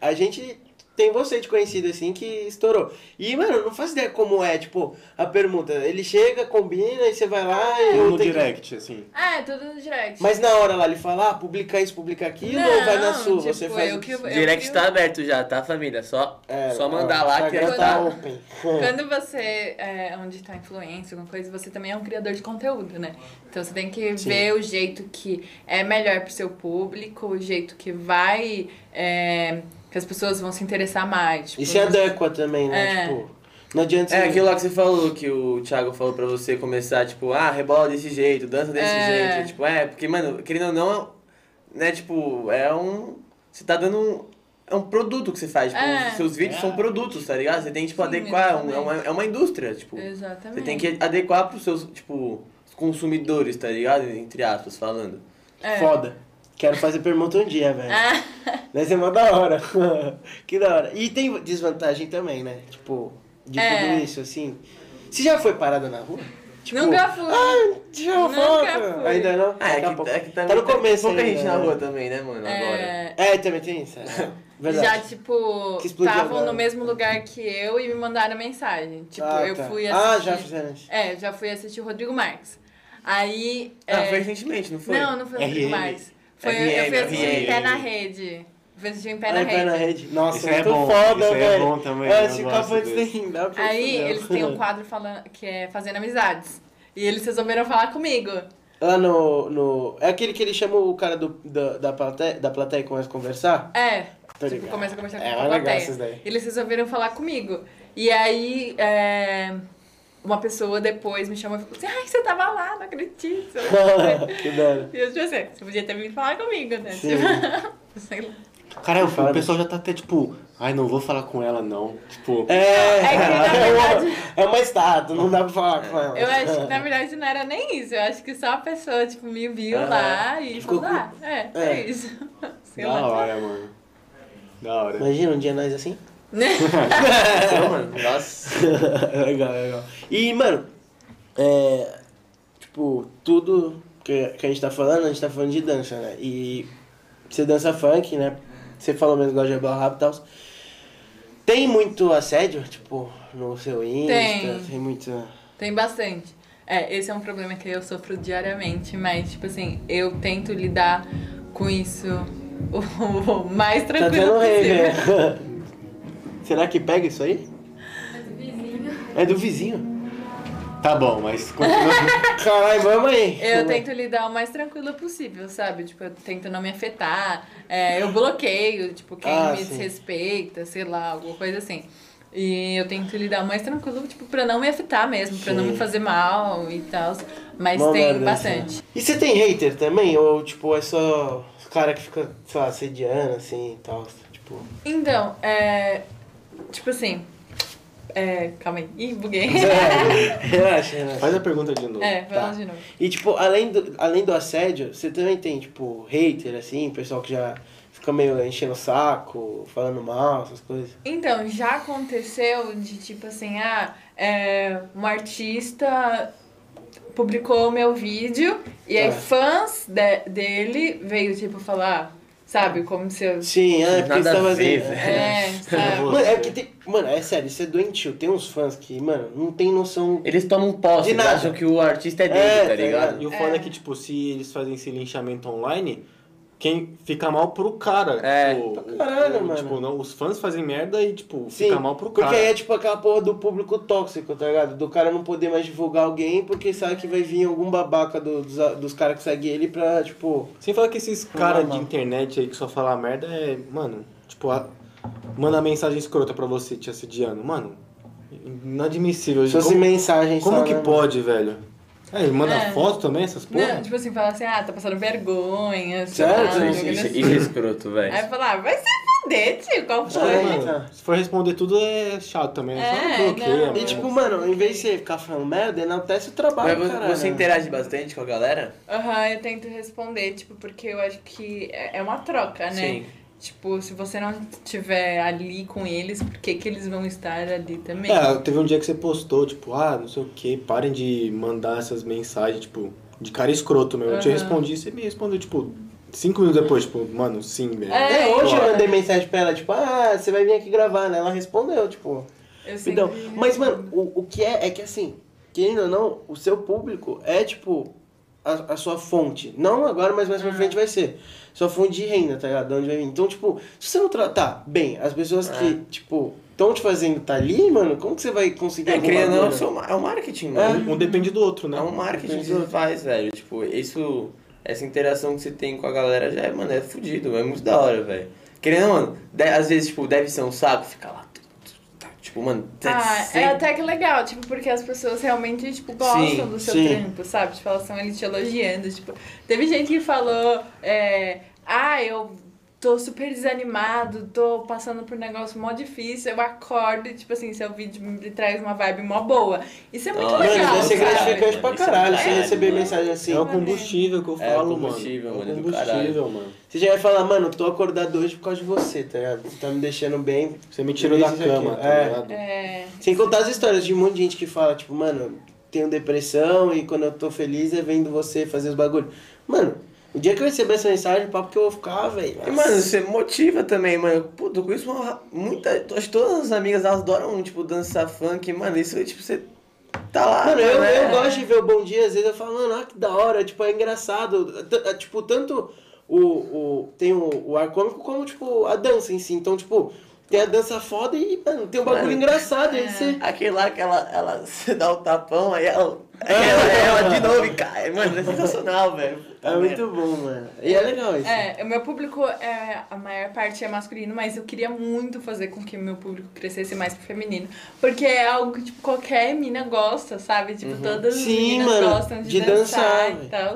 a gente tem você de conhecido assim que estourou. E, mano, eu não faço ideia como é, tipo, a permuta. Ele chega, combina, e você vai lá e eu no tenho que- direct, assim. Ah, é tudo no direct. Mas na hora lá ele fala, ah, publicar isso, publicar aquilo, ou vai na sua, tipo, você faz. eu o que- eu um- Direct que- tá aberto já, tá, família? Só, É, só ó, mandar lá que Instagram já eu- tá tá. open. Quando você é onde tá influência, alguma coisa, você também é um criador de conteúdo, né? Então você tem que Sim. ver o jeito que é melhor pro seu público, o jeito que vai. é, que as pessoas vão se interessar mais. tipo, E se não- é adequa também, né? É. Tipo, não adianta É você- aquilo lá que você falou, que o Thiago falou pra você começar, tipo, ah, rebola desse jeito, dança desse É. jeito. Tipo, é, porque, mano, querendo ou não, né, tipo, é um. Você tá dando um. é um produto que você faz. Tipo, É. os seus vídeos É. são produtos, tá ligado? Você tem que, tipo, Sim, adequar. é um- É uma, exatamente. é uma indústria, tipo. Exatamente. Você tem que adequar pros seus, tipo, consumidores, tá ligado? Entre aspas, falando. É. Foda. Quero fazer permuta um dia, velho. Ah, Vai ser mó da hora. que da hora. E tem desvantagem também, né? Tipo, de É. tudo isso, assim. Você já foi parada na rua? Tipo, nunca fui. Ah, tira uma Nunca foto. fui. Ainda não? Ah, é Daqui a que, pouco. é que tá também no começo pouca ainda, gente na né? rua também, né, mano? Agora. É, É, também tem isso. É. já, Verdade. tipo, Que explodiu estavam agora. no mesmo lugar que eu e me mandaram mensagem. Tipo, Ah, eu tá. fui assistir. Ah, já fizeram isso. É, já fui assistir o Rodrigo Marques. Aí. Ah, é, foi recentemente, não foi? Não, não foi o Rodrigo RM. Marques. Foi, eu RM, fui assistir em pé RM. na rede. Fui assistir em É, pé na Ai, Ah, é pé rede. na rede. Nossa, Isso muito é bom, foda, isso aí é velho. bom também, É, eu se o gosto café antes de desse. rindar, pô, Aí fudeu. eles têm um quadro falando, que é Fazendo Amizades. E eles resolveram falar comigo. Lá Ah, no, no. É aquele que ele chamou o cara do, da, da, plateia, da plateia e começa a conversar? É. Tô tipo, ligado. começa a conversar com É, a mas legal plateia. essas daí. Eles resolveram falar comigo. E aí, é, uma pessoa depois me chamou e falou assim, ai, você tava lá, não acredito. que da hora. e eu tipo assim, você podia ter vindo falar comigo, né? Sim. Tipo, sei lá. Cara, eu- Foda. o pessoal já tá até tipo, ai, não vou falar com ela, não. Tipo, É, É que, na verdade- é uma estátua, não dá pra falar com ela. Eu é- acho que, na verdade, não era nem isso. Eu acho que só a pessoa, tipo, me viu Ah, lá e ficou falou, ah, é, é, É. isso. Sei da lá. hora, mano. Da hora. Imagina um dia nós assim. Então, mano, nossa. É legal, legal. E, mano, é. Tipo, tudo que, que a gente tá falando, a gente tá falando de dança, né? E você dança funk, né? Você falou mesmo gosta de rebolar rabo e tal. Tem muito assédio, tipo, no seu Insta? Tem. muito. Tá Tem bastante. É, esse é um problema que eu sofro diariamente, mas, tipo assim, eu tento lidar com isso o mais Tá tranquilo tendo rave, possível. né? Será que pega isso aí? É do vizinho. Tá bom, mas continua. Caralho, vamos aí. Eu Vamos aí. tento lidar o mais tranquilo possível, sabe? Tipo, eu tento não me afetar, é, eu bloqueio, tipo, quem Ah, me sim. desrespeita, sei lá, alguma coisa assim. E eu tento lidar o mais tranquilo, tipo, pra não me afetar mesmo, pra não Sim. me fazer mal e tal. Mas Uma tem né? merda, bastante. assim. E você tem hater também? Ou, tipo, é só os cara que fica, sei lá, assediando, assim, e tal? Tipo... Então, é. Tipo assim. É, calma aí. Ih, buguei. É. relaxa, relaxa. Faz a pergunta de novo. é, Tá. vamos de novo. E, tipo, além do, além do assédio, você também tem, tipo, hater, assim, pessoal que já fica meio enchendo o saco, falando mal, essas coisas. Então, já aconteceu de tipo assim, ah, é, um artista publicou o meu vídeo e aí Tá. fãs de- dele veio tipo falar, sabe, como se eu. Sim, é, porque Nada você a tava ver, assim, velho. É, sabe? Mano, é que tem... Mano, é sério, isso é doentio. Tem uns fãs que, mano, não tem noção... Eles tomam um posse, De eles nada. acham que o artista é dele, É, tá tá ligado? E o foda é. que, tipo, se eles fazem esse linchamento online, quem fica mal pro cara. É. Tipo, Pra caralho, o- mano. Tipo, não, os fãs fazem merda e, tipo, Sim, fica mal pro porque cara. aí é tipo aquela porra do público tóxico, tá ligado? Do cara não poder mais divulgar alguém porque sabe que vai vir algum babaca do- dos, dos caras que seguem ele pra, tipo... Sem falar que esses caras de mano. internet aí que só falam merda é, mano, tipo, a- manda mensagem escrota pra você te assediando. Mano, inadmissível. Suas Como, mensagens como só, que né, pode, velho? É, ele manda É. foto também, essas porra? Não, tipo assim, falar assim, ah, tá passando vergonha, sei Sério? lá, Sim, alguma coisa Ah, Isso, assim. isso é escroto, velho. Aí falar, ah, vai se fuder, tio, qual É, Ah, foi? mano, Eita. se for responder tudo é chato também. né? Só É, não bloqueia, não. mano. E tipo, mano, em vez de você ficar falando merda, enaltece o Mas trabalho, vo- caralho. você interage bastante com a galera? Aham, eu tento responder, tipo, porque eu acho que é é uma troca, né? Tipo, se você não estiver ali com eles, por que, que eles vão estar ali também? É, teve um dia que você postou, tipo, ah, não sei o que, parem de mandar essas mensagens, tipo, de cara escroto, meu. Eu te Aham. respondi, você me respondeu, tipo, cinco minutos depois, tipo, mano, sim, velho. É, É, hoje eu Bora. mandei mensagem pra ela, tipo, ah, você vai vir aqui gravar, né? Ela respondeu, tipo, Eu sempre então. respondo. Mas, mano, o, o que é, é que assim, querendo ou não, o seu público é, tipo, a, a sua fonte. Não agora, mas Uhum. mais pra frente vai ser. Sua fonte de renda, tá ligado? De onde vai vir. Então, tipo, se você não tratar bem as pessoas É. que, tipo, estão te fazendo tá ali, mano, como que você vai conseguir É, alguma querendo ou não, coisa? isso é um ma- é um marketing, É. mano. Um depende do outro, né? É um marketing que Entendi. você faz, velho. Tipo, isso. Essa interação que você tem com a galera já é, mano, é fudido, é muito da hora, velho. Querendo, ou não, mano, de- às vezes, tipo, deve ser um saco ficar lá. tu- tu- tá, Tipo, mano, Ah, é 700 até que legal, tipo, porque as pessoas realmente, tipo, gostam Sim, do seu sim. trampo, sabe? Tipo, elas estão ali te elogiando, tipo... Teve gente que falou, é... Ah, eu tô super desanimado, tô passando por um negócio mó difícil, eu acordo e, tipo assim, seu vídeo me traz uma vibe mó boa. Isso é muito Olha, legal. Mano, deve ser sabe? gratificante pra Isso é caralho você verdade, receber mano. mensagem assim. É o combustível que eu É, falo, combustível, mano. mano, do combustível, mano. Você já vai falar, mano, tô acordado hoje por causa de você, tá ligado? Você tá me deixando bem. Você me tirou da Isso aqui, cama, tá é. ligado? É. Sem contar as histórias de um monte de gente que fala, tipo, mano, tenho depressão e quando eu tô feliz é vendo você fazer os bagulhos. Mano, o dia que eu receber essa mensagem, papo que eu vou ficar, velho. E, mano, você motiva também, mano. Pô, tô com isso, uma, muita, acho que todas as amigas elas adoram, tipo, dança funk, mano. Isso, tipo, você tá lá. Mano, eu, né? eu gosto de ver o Bom Dia, às vezes eu falo, mano, ah, que da hora, tipo, é engraçado. T- é, Tipo, tanto o, o, tem o, o ar cômico como, tipo, a dança em si. Então, tipo, tem a dança foda e, mano, tem um bagulho Mano, engraçado. Aí você... Aquele lá que ela, ela você dá o tapão, aí ela, aí ela, ela de novo e cai. Mano, é sensacional, velho. É muito bom, mano. E é legal isso. É, o meu público, é, a maior parte é masculino, mas eu queria muito fazer com que meu público crescesse mais pro feminino. Porque é algo que, tipo, qualquer mina gosta, sabe? Tipo, todas as Uhum. Sim, meninas mano, gostam de, de dançar, dançar, e tal.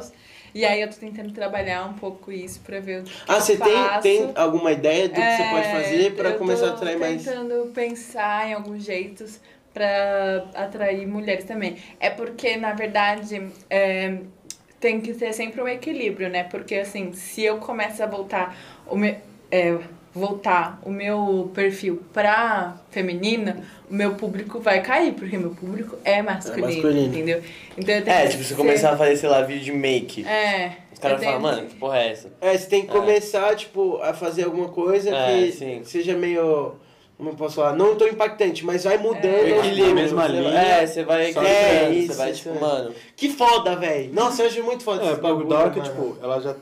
E aí eu tô tentando trabalhar um pouco isso pra ver o que Ah, que você eu tem, faço. tem alguma ideia do que você pode É, fazer pra eu começar a tô atrair mais... tentando pensar em alguns jeitos pra atrair mulheres também. É porque, na verdade, é, tem que ter sempre um equilíbrio, né? Porque, assim, se eu começo a voltar o meu, é, voltar o meu perfil pra feminina, o meu público vai cair, porque meu público é masculino, masculino. entendeu? Então eu tenho É, que tipo, você ser- começar a fazer, sei lá, vídeo de make. É. Os caras falam, eu tenho que- mano, que porra é essa? É, você tem que começar, tipo, a fazer alguma coisa É, que sim. seja meio... Não posso falar, não tão impactante, mas vai mudando. É. aos Equilíbrio, poucos, mesma sei lá. linha. É, você vai. Só é, isso, você vai, isso, tipo, isso. mano. Que foda, velho. Nossa, eu acho muito foda É, esse bagulho bagulho. da hora que, mano. tipo, ela já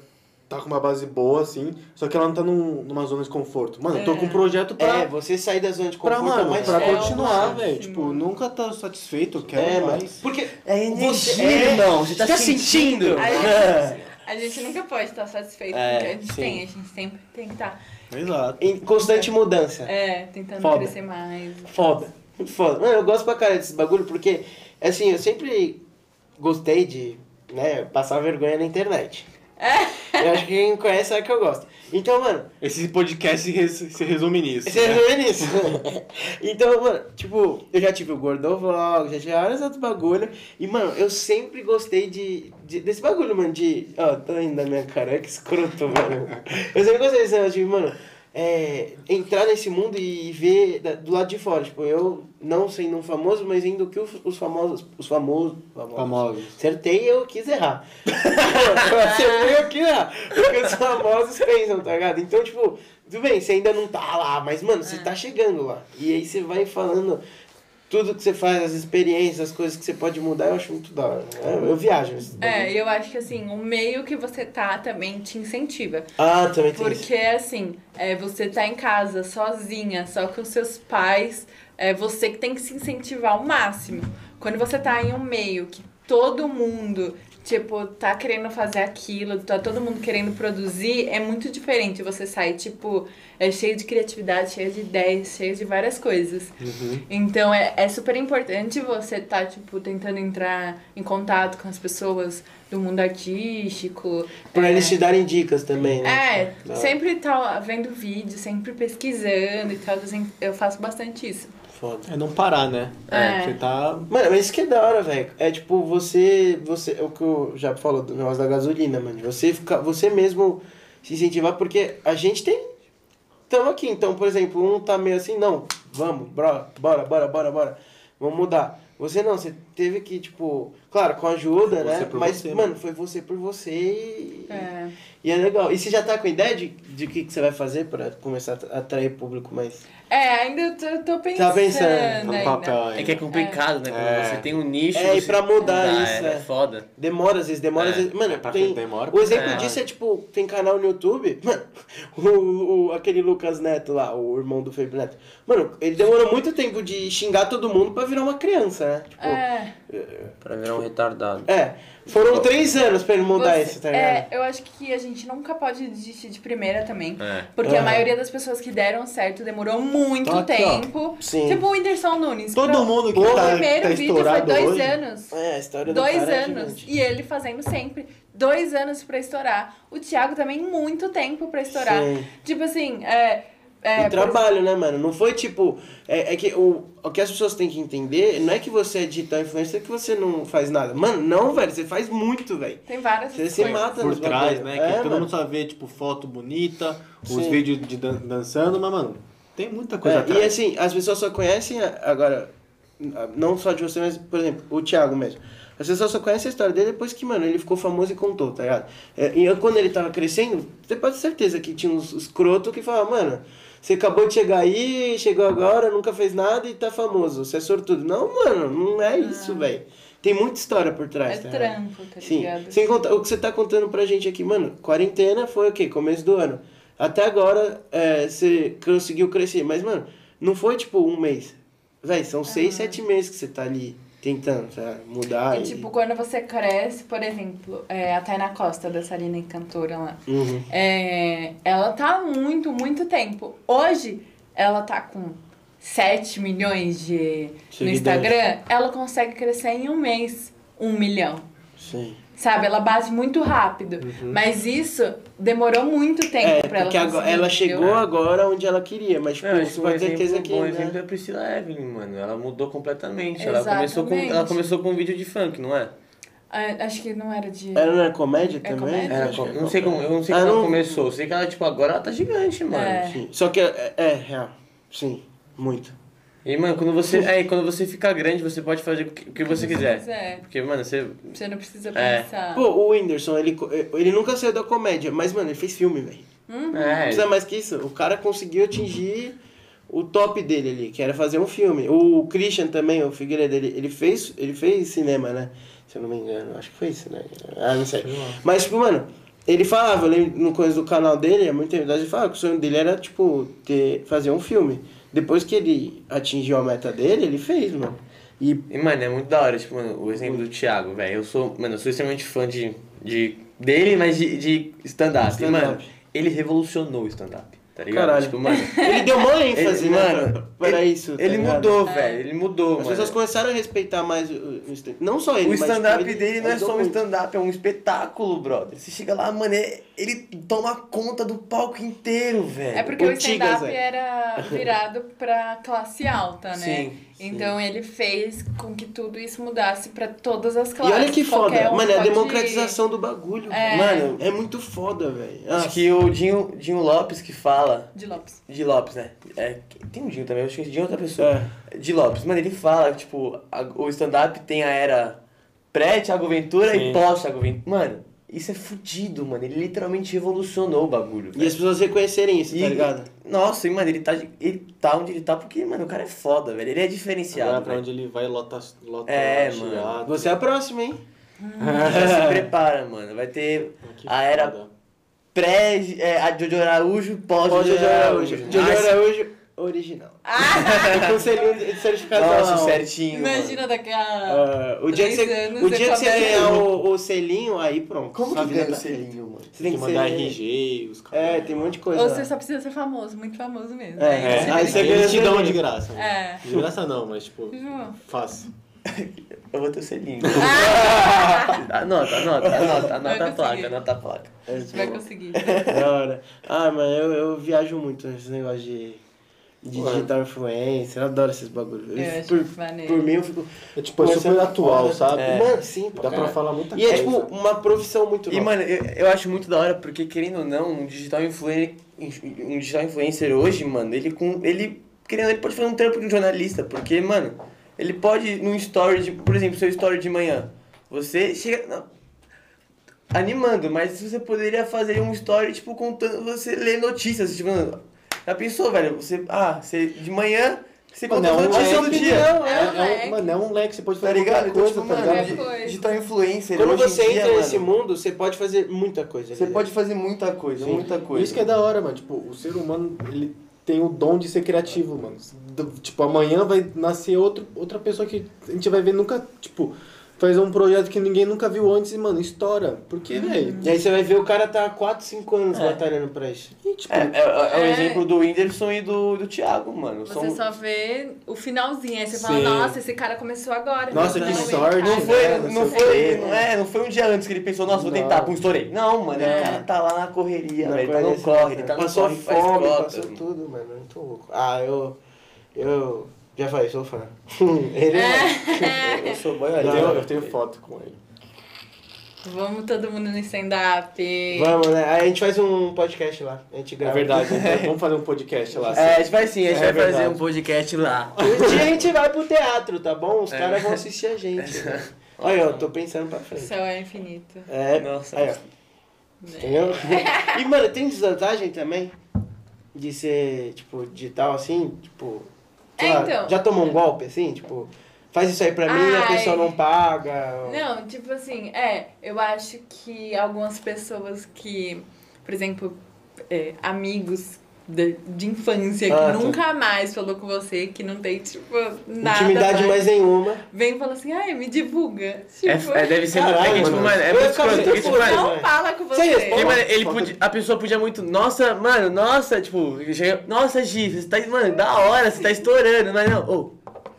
tá com uma base boa, assim, só que ela não tá num- numa zona de conforto. Mano, eu tô com um projeto pra, É, você sair da zona de pra, conforto é mano, mais pra foda. é continuar, um- velho. sim, Tipo, mano. nunca tá satisfeito, eu quero É, mano. mais. Porque É você... irmão, você tá, sentindo? Aí- É. A gente nunca pode estar satisfeito É, com o que a gente sim. tem, a gente sempre tem que estar Exato. Em constante mudança. é, tentando Foda. crescer mais. Foda. Muito foda. Mano, eu gosto pra caralho desse bagulho porque, assim, eu sempre gostei de, né, passar vergonha na internet. Eu acho que quem conhece sabe que eu gosto. Então, mano, Esse podcast se, res- se resume nisso. Você né? vê nisso? então, mano, tipo, eu já tive o Gordovlog, já tive vários outros bagulho. E, mano, eu sempre gostei de, de- desse bagulho, mano, de... Ó, tô indo na minha cara, que escroto, mano. Eu sempre gostei desse negócio de, mano, é, entrar nesse mundo e ver da- do lado de fora. Tipo, eu não sendo um famoso, mas indo o que os, os famosos... Os famosos... famosos. Famosos. Acertei eu quis errar. eu acertei eu quis errar. Porque os famosos pensam, tá ligado? Então, tipo, tudo bem, você ainda não tá lá, mas, mano, É. você tá chegando lá. E aí você vai falando tudo que você faz, as experiências, as coisas que você pode mudar, eu acho muito da hora. né? Eu, eu viajo. né? nesse É, bagulho. e eu acho que assim, o meio que você tá também te incentiva. Ah, também tem isso. Porque assim, é, você tá em casa sozinha, só com os seus pais, é você que tem que se incentivar ao máximo. Quando você tá em um meio que todo mundo, tipo, tá querendo fazer aquilo, tá todo mundo querendo produzir, é muito diferente você sair, tipo, é cheio de criatividade, cheio de ideias, cheio de várias coisas. Uhum. Então é, é super importante você tá, tipo, tentando entrar em contato com as pessoas do mundo artístico. Pra é, eles te darem dicas também, né? é, Da hora. sempre tá vendo vídeo, sempre pesquisando e tal. assim, Eu faço bastante isso. Foda. É não parar, né? É. Você tá. Mano, mas isso que é da hora, velho. É tipo, você. você é o que eu já falo do negócio da gasolina, mano. Você fica, você mesmo se incentivar, porque a gente tem. Tamo aqui. Então, por exemplo, um tá meio assim, não, vamos, bora, bora, bora, bora, bora. Vamos mudar. Você não, você teve que, tipo, claro, com ajuda, Foi né? você por Mas, você, mano, foi você por você e. É. E é legal. E você já tá com ideia de, de o que, que você vai fazer pra começar a atrair público mais. É, ainda eu tô, eu tô pensando. Tá pensando ainda. No papel É aí. que é complicado, né? Quando É. você tem um nicho. É, e você- pra mudar Ah, isso, É, é. é foda. Demora, às vezes demora, É, às vezes. Mano, é pra tem, quem demora, o exemplo é. disso é tipo, tem canal no YouTube, mano, o, o- aquele Lucas Neto lá, o irmão do Felipe Neto. Mano, ele demorou muito tempo de xingar todo mundo pra virar uma criança, né? Tipo, É. Pra virar um retardado. É, Tipo, foram três anos pra ele mudar Você- isso, tá ligado? é, eu acho que a gente nunca pode desistir de primeira também. É. Porque a Aham. maioria das pessoas que deram certo demorou muito Aqui, ó. tempo. Sim. Tipo o Whindersson Nunes. Todo Pro- mundo que O tá, primeiro tá vídeo foi estourado dois hoje. anos. É, a história do Dois cara é anos. gigante. e ele fazendo sempre. Dois anos pra estourar. O Thiago também, muito tempo pra estourar. Sim. Tipo assim, é. é, e por exemplo, trabalho, né, mano? Não foi tipo. É, é que o, o que as pessoas têm que entender não é que você é digital influencer que você não faz nada. Mano, não, velho. Você faz muito, velho. Tem várias Você se coisas. mata por nos trás, bagulho. né? É, que todo mano. mundo só vê, tipo, foto bonita, os Sim. vídeos de dan- dançando, mas, mano, tem muita coisa É, atrás. Né? E assim, as pessoas só conhecem a- agora, a- não só de você, mas, por exemplo, o Thiago mesmo. As pessoas só conhecem a história dele depois que, mano, ele ficou famoso e contou, tá ligado? É, E eu, quando ele tava crescendo, você pode ter certeza que tinha uns escroto que falava, mano, você acabou de chegar aí, chegou agora, nunca fez nada e tá famoso, você é sortudo. Não, mano, não é isso, velho. Tem muita história por trás, É tá ligado? trampo, tá Sim, ligado? sem contar o que você tá contando pra gente aqui, mano. Quarentena foi o quê? Começo do ano. Até agora é, você conseguiu crescer, mas, mano, não foi tipo um mês. Véi, são Ah. seis, sete meses que você tá ali tentando tá? mudar. E e- tipo, quando você cresce, por exemplo, é, a Taina Costa, dançarina e cantora lá. Uhum. É, ela tá há muito, muito tempo. Hoje, ela tá com 7 milhões de... no Seguidores. Instagram. Ela consegue crescer em um mês, um milhão. tipo, Sim. Sabe? Ela bate muito rápido. Mas isso demorou muito tempo Uhum. É, pra ela porque agora, conseguir, ela entendeu? chegou agora onde ela queria, mas tipo, Não, acho você que um pode ter certeza exemplo, que. bom né? exemplo é a Priscila Evelyn, mano. Ela mudou completamente. Ela começou, com, Exatamente. ela começou com um vídeo de funk, não é? Ah, Acho que não era de... Ela não era comédia É também? comédia? Ela, Acho que co- é não sei como, eu não sei Ah, como ela não- começou. Eu sei que ela, tipo, agora ela tá gigante, mano. É. Sim. Só que é, é real. Sim, muito. E, mano, quando você, é, e quando você ficar grande, você pode fazer o que, o que você quiser. Mas é, Porque, mano, você... você não precisa É. pensar. Pô, o Whindersson, ele, co- eh, ele nunca saiu da comédia, mas, mano, ele fez filme, velho. Não É, precisa mais que isso. O cara conseguiu atingir o top dele ali, que era fazer um filme. O Christian também, o Figueiredo, ele, ele, fez, ele fez cinema, né? Se eu não me engano, acho que foi isso, né? Ah, não sei. Mas, tipo, mano, ele falava, eu lembro no começo do canal dele, há muita idade, ele falava que o sonho dele era, tipo, ter, fazer um filme. Depois que ele atingiu a meta dele, ele fez, mano. E, E, mano, é muito da hora, tipo, mano, o exemplo do Thiago, velho. Eu sou, mano, eu sou extremamente fã de, de dele, mas de, de stand-up. E, Stand-up. mano, ele revolucionou o stand-up, tá ligado? Caralho. Tipo, mano. ele deu maior ênfase, Ele- né, mano, pra- para ele, isso. tá Ele ligado? mudou, velho. Ele mudou, As mano. pessoas começaram a respeitar mais o, o stand- Não só ele, é. O mas, tipo, stand-up ele dele não é ajudou só um muito. stand-up, é um espetáculo, brother. Você chega lá, mano, é- ele toma conta do palco inteiro, velho. É porque O o stand-up Tigas, é. era virado pra classe alta, né? Sim, sim. Então ele fez com que tudo isso mudasse pra todas as E classes. olha que foda, Qualquer um mano, é a pode- democratização do bagulho. É. Mano, É muito foda, velho. acho Ah, que o Dinho, Dinho Lopes que fala. De Lopes. De Lopes, né? É, tem um Dinho também, eu acho que é de outra pessoa. De Lopes, mano, ele fala, tipo, a- o stand-up tem a era pré-Thiago Ventura e Sim. pós-Thiago Ventura. Mano, isso é fudido, mano. Ele literalmente revolucionou o bagulho. E velho. as pessoas reconhecerem isso, E- tá ligado? Nossa, e, mano, ele tá, ele tá onde ele tá porque, mano, o cara é foda, velho. Ele é diferenciado. Agora pra velho. onde ele vai, lota, lota É, chiado. mano. Você é a próxima, hein? Já se prepara, mano. Vai ter Que a era foda. pré... É, a Jojo Araújo, pós Ó, Jojo Jojo Araújo. Araújo. Jojo Araújo, é original. Ah, O conselhinho de certificado. Nossa, lá, ó. certinho, Imagina daquela. Ah, o dia que Três você, anos, o você dia que você começa- ganhar o, o selinho, aí pronto. mano. Como sua que vida ganha o tá- é um selinho, mano? Você Tem que mandar RG, os caras. É, tem um monte de coisa. Ou lá. você só precisa ser famoso, muito famoso mesmo. É, Aí aí você você tem ganha Eles te dão selinho. de graça. mano. É. De graça não, mas tipo, Ju. fácil. Eu vou ter o selinho. anota, anota, anota, anota a Vai placa, conseguir. anota a placa. É, que- vai tipo, conseguir. Da hora. Ah, mano, eu, eu viajo muito nesse negócio de, de Ué. digital influencer. Eu adoro esses bagulhos. Eu acho por, maneiro. por mim, eu fico. É tipo, é super Começando atual, fora, sabe? É. Mano, sim, pra Dá pra caralho. falar muita E é coisa. tipo uma profissão muito E, nova. mano, eu, eu acho muito da hora, porque querendo ou não, um digital influencer, um digital influencer hoje, mano, ele com. ele. Querendo, ou não, ele pode fazer um trampo de um jornalista, porque, mano, ele pode num story de. Por exemplo, seu story de manhã. Você chega. não, animando, mas você poderia fazer um story, tipo, contando. Você lê notícias, tipo, mano, já pensou, velho? Você. Ah, você de manhã. Você Mano, é conta as um- notícias é do dia. É um é, é leque. um, mano, é um leque, você pode Tá fazer ligado? qualquer coisa, então, tá tipo, mano, ligado? qualquer coisa. digital influencer. Quando hoje em você dia, entra nesse mano, mundo, você pode fazer muita coisa. Você né? pode fazer muita coisa, muita é coisa. Isso que é da hora, mano. Tipo, o ser humano, ele tem o dom de ser criativo, mano. Do- tipo, amanhã vai nascer outro, outra pessoa que a gente vai ver nunca, tipo, fazer um projeto que ninguém nunca viu antes e, mano, estoura. Porque, velho. E aí você vai ver o cara tá há 4, 5 anos batalhando pra isso. e, Tipo, É, é, é o É. exemplo do Whindersson e do, do Thiago, mano. Você um São- só vê o finalzinho, aí você fala, Sim. nossa, esse cara começou agora. Nossa, Não, que ele- sorte. Ah, Não foi, É, não, não sei foi, o quê. não, é, não foi um dia antes que ele pensou, nossa, vou tentar, Não. pum, estourei. Não, mano, Não. o cara tá lá na correria, Na velho, ele tá no coerência, corre, né? ele tá no Passou corre, faz fome, cota, passou mano. tudo, mano. Muito louco. Ah, eu. Eu. Já falei, sou fã. Ele é. Eu sou boy, eu, olha, tenho, eu- eu tenho foto com ele. Vamos todo mundo no stand-up. Vamos, né? Aí a gente faz um podcast lá. A gente É grava. verdade, né? vamos fazer um podcast lá. É, a gente vai sim, a gente É vai verdade. fazer um podcast lá. Um dia a gente vai pro teatro, tá bom? É. Os caras vão assistir a gente. né? Olha, eu tô pensando pra O frente. céu é infinito. É, Nossa. aí, ó. Entendeu? E, mano, tem desvantagem também de ser, tipo, digital assim, tipo. sei É, lá, então. Já tomou um golpe, assim, tipo, faz isso aí pra mim, a Ai. pessoa não paga. ou- Não, tipo assim, é, eu acho que algumas pessoas que, por exemplo, é, amigos de, de infância que Ah, tá. nunca mais falou com você, que não tem, tipo, nada. Intimidade mais nenhuma. Vem e fala assim, ai, me divulga. É, Tipo, é, deve ser. Caralho, é que, tipo, mano. mano, é Eu muito ficava escroto. Porque, tipo, sempre mano, puto. não fala com Você você. porque, responde? mano, ele Falta- podia- a pessoa podia muito. Nossa, mano, nossa, tipo, chega, nossa, Gi, você tá. Mano, da hora, você tá estourando, mas não. Ô,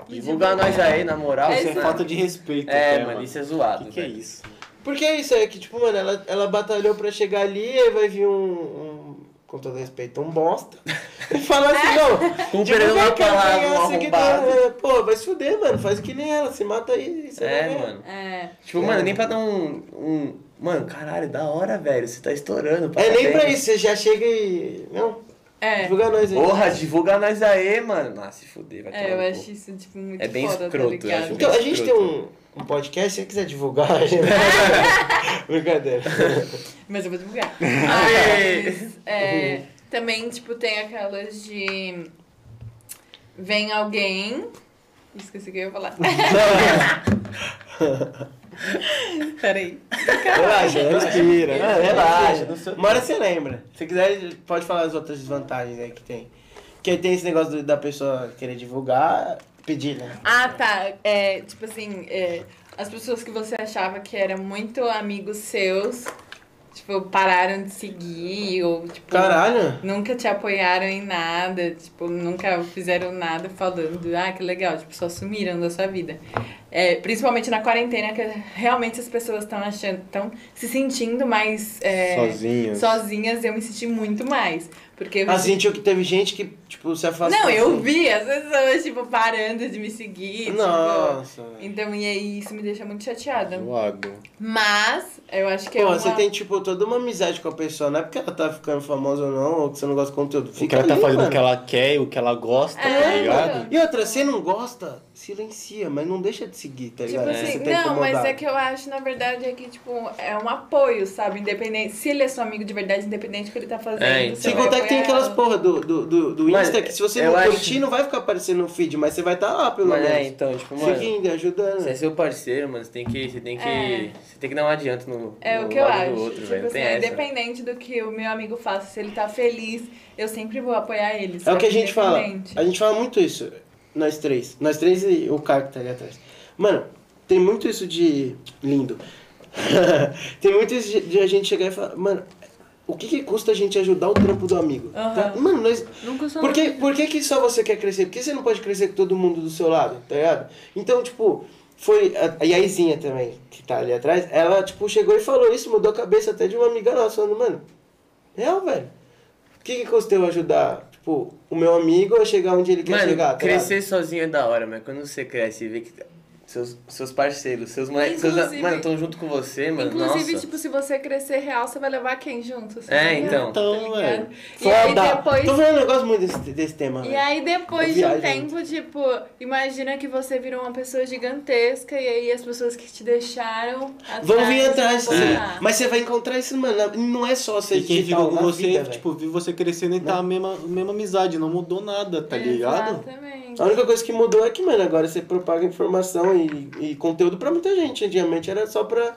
divulgar nós aí, na moral. É você Isso é Exato. falta de respeito. É, até, mano, isso é O zoado. que, que é velho. isso? Porque é isso aí, que tipo, mano, ela, ela batalhou pra chegar ali, aí vai vir um, um com todo respeito, um bosta, e fala assim, não, Um Com o divulga perdão da aí que eu palavra, ganho um seguidor, arrombado. né? Pô, vai se fuder, mano, faz que nem ela, se mata aí, você É, não ganha. mano. É. Tipo, mano, nem pra dar um. um mano, caralho, da hora, velho, você tá estourando. É nem parabéns. pra isso, você já chega e... Não, É, divulga nós aí. Porra, divulga nós aí, mano. Nossa, se fuder, vai é tomar eu no cu. acho isso, tipo, muito É bem foda, tá escroto, eu acho ligado? Então, a gente tem um, um podcast, se você quiser divulgar, a gente... Brincadeira. Mas eu vou divulgar. Mas, é, também, tipo, tem aquelas de. Vem alguém. Esqueci o que eu ia falar. Peraí. Relaxa, né? respira. Não, relaxa, não Uma hora você lembra. Se quiser, pode falar as outras desvantagens aí que tem. Porque tem esse negócio do- da pessoa querer divulgar, pedir, né? Ah, tá. É, tipo assim, é, as pessoas que você achava que eram muito amigos seus, tipo, pararam de seguir, ou, tipo. Caralho! Nunca te apoiaram em nada, tipo, nunca fizeram nada falando, ah, que legal, tipo, só sumiram da sua vida. É, principalmente na quarentena, que realmente as pessoas estão achando, estão se sentindo mais é, Sozinho. sozinhas, eu me senti muito mais. Porque eu Ela Ah, sentiu que teve gente que, tipo, se afastou. Não, eu assim. vi as pessoas, tipo, parando de me seguir. Tipo, Nossa. então, e aí isso me deixa muito chateada. Zoado. Mas eu acho que é Pô, uma... você tem, tipo, toda uma amizade com a pessoa. Não é porque ela tá ficando famosa ou não, ou que você não gosta do conteúdo. Fica o que ela tá ali, fazendo mano. o que ela quer, o que ela gosta, É, tá ligado? mano. E outra, se não gosta, silencia, mas não deixa de seguir, tá Tipo ligado? assim, Você tá não, mas incomodado. é que eu acho, na verdade, é que, tipo, é um apoio, sabe? Independente. Se ele é seu amigo de verdade, independente do que ele tá fazendo. É, você Sem vai contar que tem apoiar. aquelas porra do, do, do, do Mas, Insta que se você eu não acho- curtir, não vai ficar aparecendo no feed, mas você vai estar lá, pelo Mas menos. é, então, tipo, mano, Fique ainda ajudando. né? Você é seu parceiro, mano. Você tem que. Você tem que. É. Você tem que dar um adianto no. É no o que eu lado acho. Do outro, tipo velho. Não assim, tem essa. independente do que o meu amigo faça, se ele tá feliz, eu sempre vou apoiar ele. É o sabe? que a gente fala. Independente. A gente fala muito isso. Nós três. Nós três e o cara que tá ali atrás. Mano, tem muito isso de. Lindo. tem muito isso de, de a gente chegar e falar, mano, o que, que custa a gente ajudar o trampo do amigo? Tá? Aham. Mano, nós. Não costuma- Por que, por que, que só você quer crescer? Por que você não pode crescer com todo mundo do seu lado, tá ligado? Então, tipo, foi. A, a Yaizinha também, que tá ali atrás, ela, tipo, chegou e falou isso, mudou a cabeça até de uma amiga nossa, falando, mano, real, velho. O que, que custa eu ajudar, tipo, o meu amigo a chegar onde ele quer Mano, chegar? tá crescer sozinho é da hora, mas quando você cresce e vê que seus, seus parceiros, seus moleques, seus, a- Inclusive- mano, estão junto com você, mano. Inclusive, nossa. tipo, se você crescer real, você vai levar quem junto? Você É, vai então. levar, tá Então, é. ligado? E aí ligado? Foda! depois Tô falando um negócio muito desse, desse tema, E velho. aí depois de Uma É. um viagem. tempo, tipo, imagina que você virou uma pessoa gigantesca e aí as pessoas que te deixaram atrás Vão vir atrás, vão de você. É. voltar. mas você vai encontrar isso, mano. na- Não é só você E quem digital ficou com na você, vida, velho. tipo, viu você crescendo e tá a mesma, mesma amizade, não mudou nada, É, tá ligado? Exatamente. A única coisa que mudou é que, mano, agora você propaga informação e, e conteúdo pra muita gente. Antigamente era só pra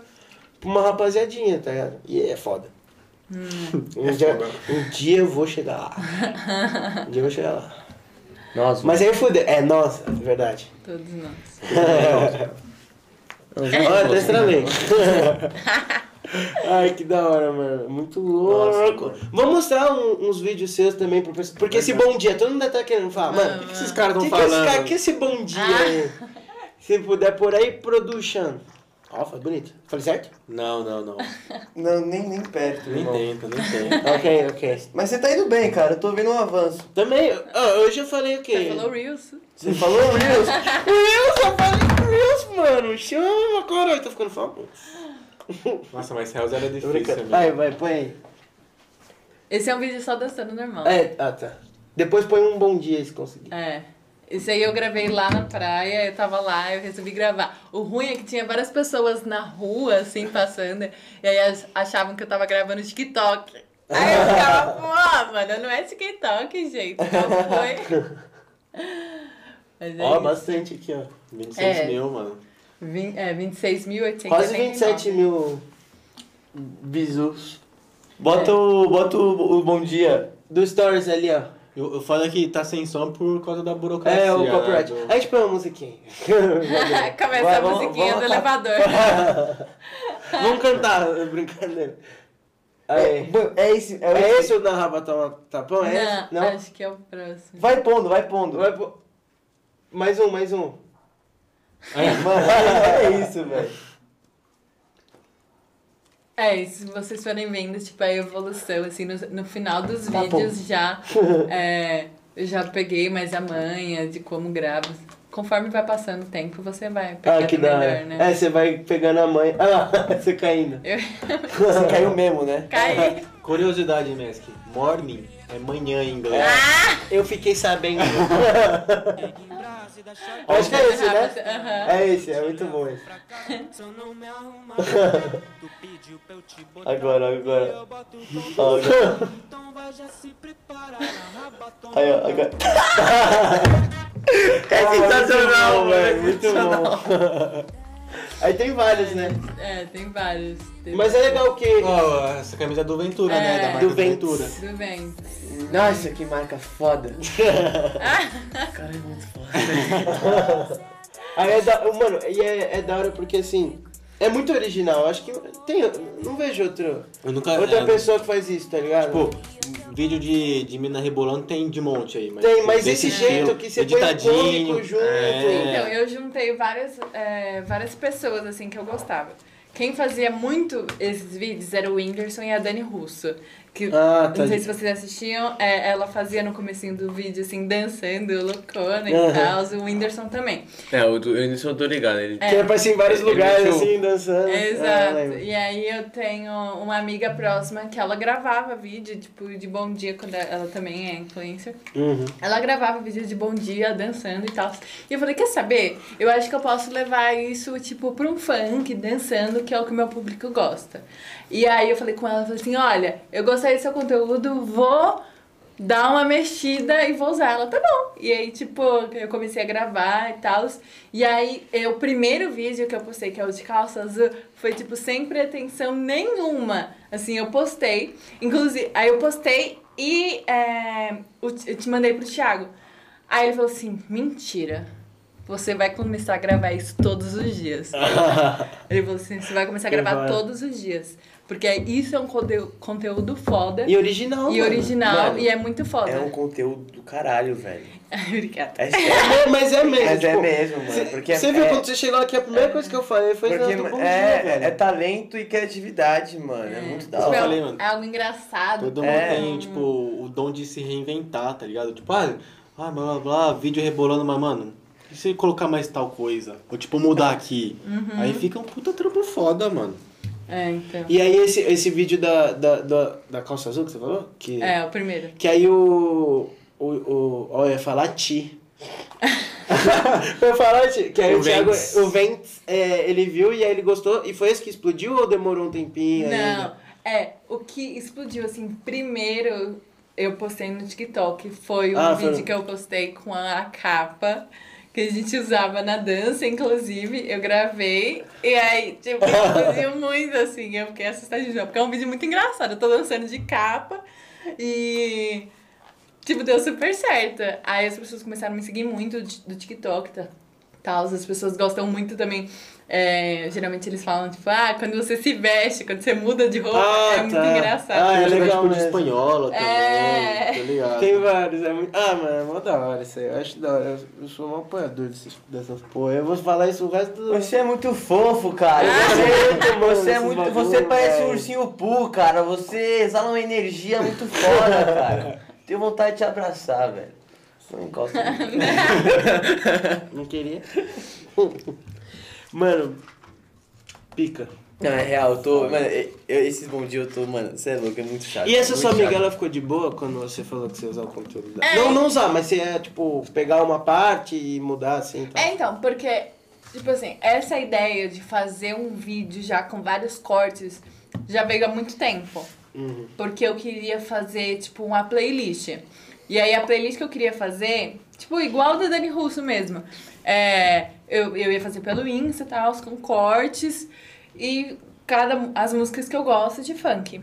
pra uma rapaziadinha, tá ligado? E é foda. Hum. Um dia, um dia eu vou chegar lá. Um dia eu vou chegar lá. Nossa, Mas aí fudeu. É, nossa, é verdade. Todos nós. Olha, até estranhei. Ai, que da hora, mano. Muito louco. Vou mostrar um- uns vídeos seus também pro pessoal. Porque esse bom dia, todo mundo tá querendo falar. Mano, O que esses caras o Ah. estão que, que, esse, falando? cara- que é esse bom dia Ah. aí? Se puder por aí, production. Ó, foi bonito. Falei certo? Não, não, não. não, nem, nem perto, Nem irmão. tenta, nem tenta. Ok, ok. Mas você tá indo bem, cara. Eu tô vendo um avanço. Também, ó, hoje eu falei o Você quê? falou Reels? Você falou Reels? Reels, eu falei Reels, mano. Chama, caralho, tá ficando famoso. Nossa, mas Hells era Tô difícil. brincando. amigo. Vai, vai, põe aí. Esse é um vídeo só dançando normal. É, ah, tá. Depois põe um bom dia se conseguir. É. Isso aí eu gravei lá na praia, eu tava lá, eu resolvi gravar. O ruim é que tinha várias pessoas na rua, assim, passando, e aí elas achavam que eu tava gravando TikTok. Aí eu ficava, pô, mano, não é TikTok, gente, não foi. Mas é Ó, isso. bastante aqui, ó. 26 É. mil, mano. Vin- é, 26.889. Quase 27 mil bisus. Bota, o, bota o, o bom dia. Do Stories ali, ó. Eu, eu falo que tá sem som por causa da burocracia. É, o né, copyright. do- A gente põe uma musiquinha. né? Começa Vai, a vamos- musiquinha vamos do elevador. Vamos cantar, brincadeira. Aí. É, é esse. É, É esse. esse o na raba toma tapão? É esse? Não, acho que é o próximo. Vai pondo, vai pondo. Vai pô- Mais um, mais um. Mano, é isso, velho. É, e se vocês forem vendo, tipo, a evolução, assim, no, no final Tá dos vídeos já, é, eu já peguei mais a manha de como gravo. Conforme vai passando o tempo, você vai pegando Ah, que da melhor, hora. né? É, você vai pegando a mãe. Ah lá, você caindo. Você caiu mesmo, né? Cai. Curiosidade, Mesk. Morning é manhã em inglês. Eu fiquei sabendo. Acho que é esse, né? Aham. É esse, é muito bom esse. Agora, agora. Ó, agora. Aí, ó, agora. É sensacional, velho. Muito bom. Aí tem vários, né? É, tem vários. Tem Mas é legal que. Ó, essa camisa é do Ventura, né? É. Da marca Do Vents. Ventura. Tudo bem. Nossa, que marca foda. Cara, é muito foda. Aí é da, mano, e é, é da hora porque assim. É muito original, acho que tem. Não vejo outro, Eu nunca. outra é, pessoa que faz isso, tá ligado? Tipo, Pô, vídeo de, de mina rebolando tem de monte aí, mas. Tem, mas desse esse jeito estilo, que você põe o editadinho, cômico junto. Então, É. eu juntei várias, é, várias pessoas, assim, que eu gostava. Quem fazia muito esses vídeos era o Whindersson e a Dani Russo. Que, Ah, tá. Não sei se vocês assistiam, é, ela fazia no comecinho do vídeo, assim, dançando, loucona Aham. e tal. O Whindersson também. É, o do, eu nisso eu tô ligado. Ele... Que aparece em é, vários Ele lugares, mexeu. assim, dançando. Exato. Ah, lembro. e aí eu tenho uma amiga próxima que ela gravava vídeo, tipo, de bom dia, quando ela também é influencer. Uhum. Ela gravava vídeo de bom dia, dançando e tal. E eu falei, quer saber? Eu acho que eu posso levar isso, tipo, pra um funk, dançando, que é o que o meu público gosta. E aí eu falei com ela, falei assim, olha, eu gostei do seu conteúdo, vou dar uma mexida e vou usar ela, tá bom. E aí, tipo, eu comecei a gravar e tal. E aí, eh, o primeiro vídeo que eu postei, que é o de calça azul, foi, tipo, sem pretensão nenhuma. Assim, eu postei. Inclusive, aí eu postei e eh, o Ti- eu te mandei pro Thiago. Aí ele falou assim, mentira. Você vai começar a gravar isso todos os dias. Ele falou assim, você vai começar a Que gravar vai. todos os dias. Porque isso é um conte- conteúdo foda. E original. E mano. original, Mano, e é muito foda. É um conteúdo do caralho, velho. Obrigada. É sério. É, mas é mesmo. Mas é tipo, mesmo, mano. cê- porque Você é, viu quando você chegou aqui, a primeira coisa que eu falei foi porque, não, do bom é, dia, velho. é talento e criatividade, mano. É, muito da Eu hora. falei, mano. É algo engraçado. Todo mundo É. tem, tipo, o dom de se reinventar, tá ligado? Tipo, ah, ah blá blá blá, vídeo rebolando, mas mano, e se colocar mais tal coisa? Ou tipo, mudar aqui? Uhum. Aí fica um puta trampo foda, mano. É, então. E aí esse, esse vídeo da, da, da, da calça azul que você falou? Que, É, o primeiro. que aí o. o, o ó, eu ia falar ti. eu ia falar ti. Que aí o, O Thiago. Vents. O Vents, é, ele viu e aí ele gostou. E foi esse que explodiu ou demorou um tempinho Não, ainda? é, o que explodiu, assim, primeiro eu postei no TikTok, foi um Ah, foi- vídeo que eu postei com a capa, que a gente usava na dança, inclusive, eu gravei, e aí, tipo, explodiu muito, assim, eu fiquei assustadíssima, porque é um vídeo muito engraçado, eu tô dançando de capa, e, tipo, deu super certo. Aí as pessoas começaram a me seguir muito de- do TikTok, tá? Tal, as pessoas gostam muito também. é, geralmente eles falam, tipo, ah, quando você se veste, quando você muda de roupa, é muito engraçado. tá. Ah, é Tem legal tipo de mesmo. espanhola também, É. tá ligado? Tem vários, é muito. Ah, mano, é mó da hora isso aí. Eu acho da hora. Eu, eu sou um apoiador desses, dessas porra. Eu vou falar isso o resto do. Você é muito fofo, cara. Ah, Você, muito bom você é esses muito. bagulho, Você parece um velho. ursinho Poo, cara. Você exala uma energia muito foda, cara. Tenho vontade de te abraçar, velho. Não encosta. em mim. Não queria? mano, pica. Não, é real, eu tô. Mano, eu- eu- esses bom dia eu tô, mano, você é louco, é muito chato. E essa muito sua amiga, chato. ela ficou de boa quando você falou que você ia usar o conteúdo dela? Não, não usar, mas você é, tipo, pegar uma parte e mudar assim e tal. É, então, porque, tipo assim, essa ideia de fazer um vídeo já com vários cortes já veio há muito tempo. Porque eu queria fazer, tipo, uma playlist. E aí a playlist que eu queria fazer, tipo, igual da Dani Russo mesmo. É, eu, eu ia fazer pelo Insta e tal, com cortes. E cada, as músicas que eu gosto de funk.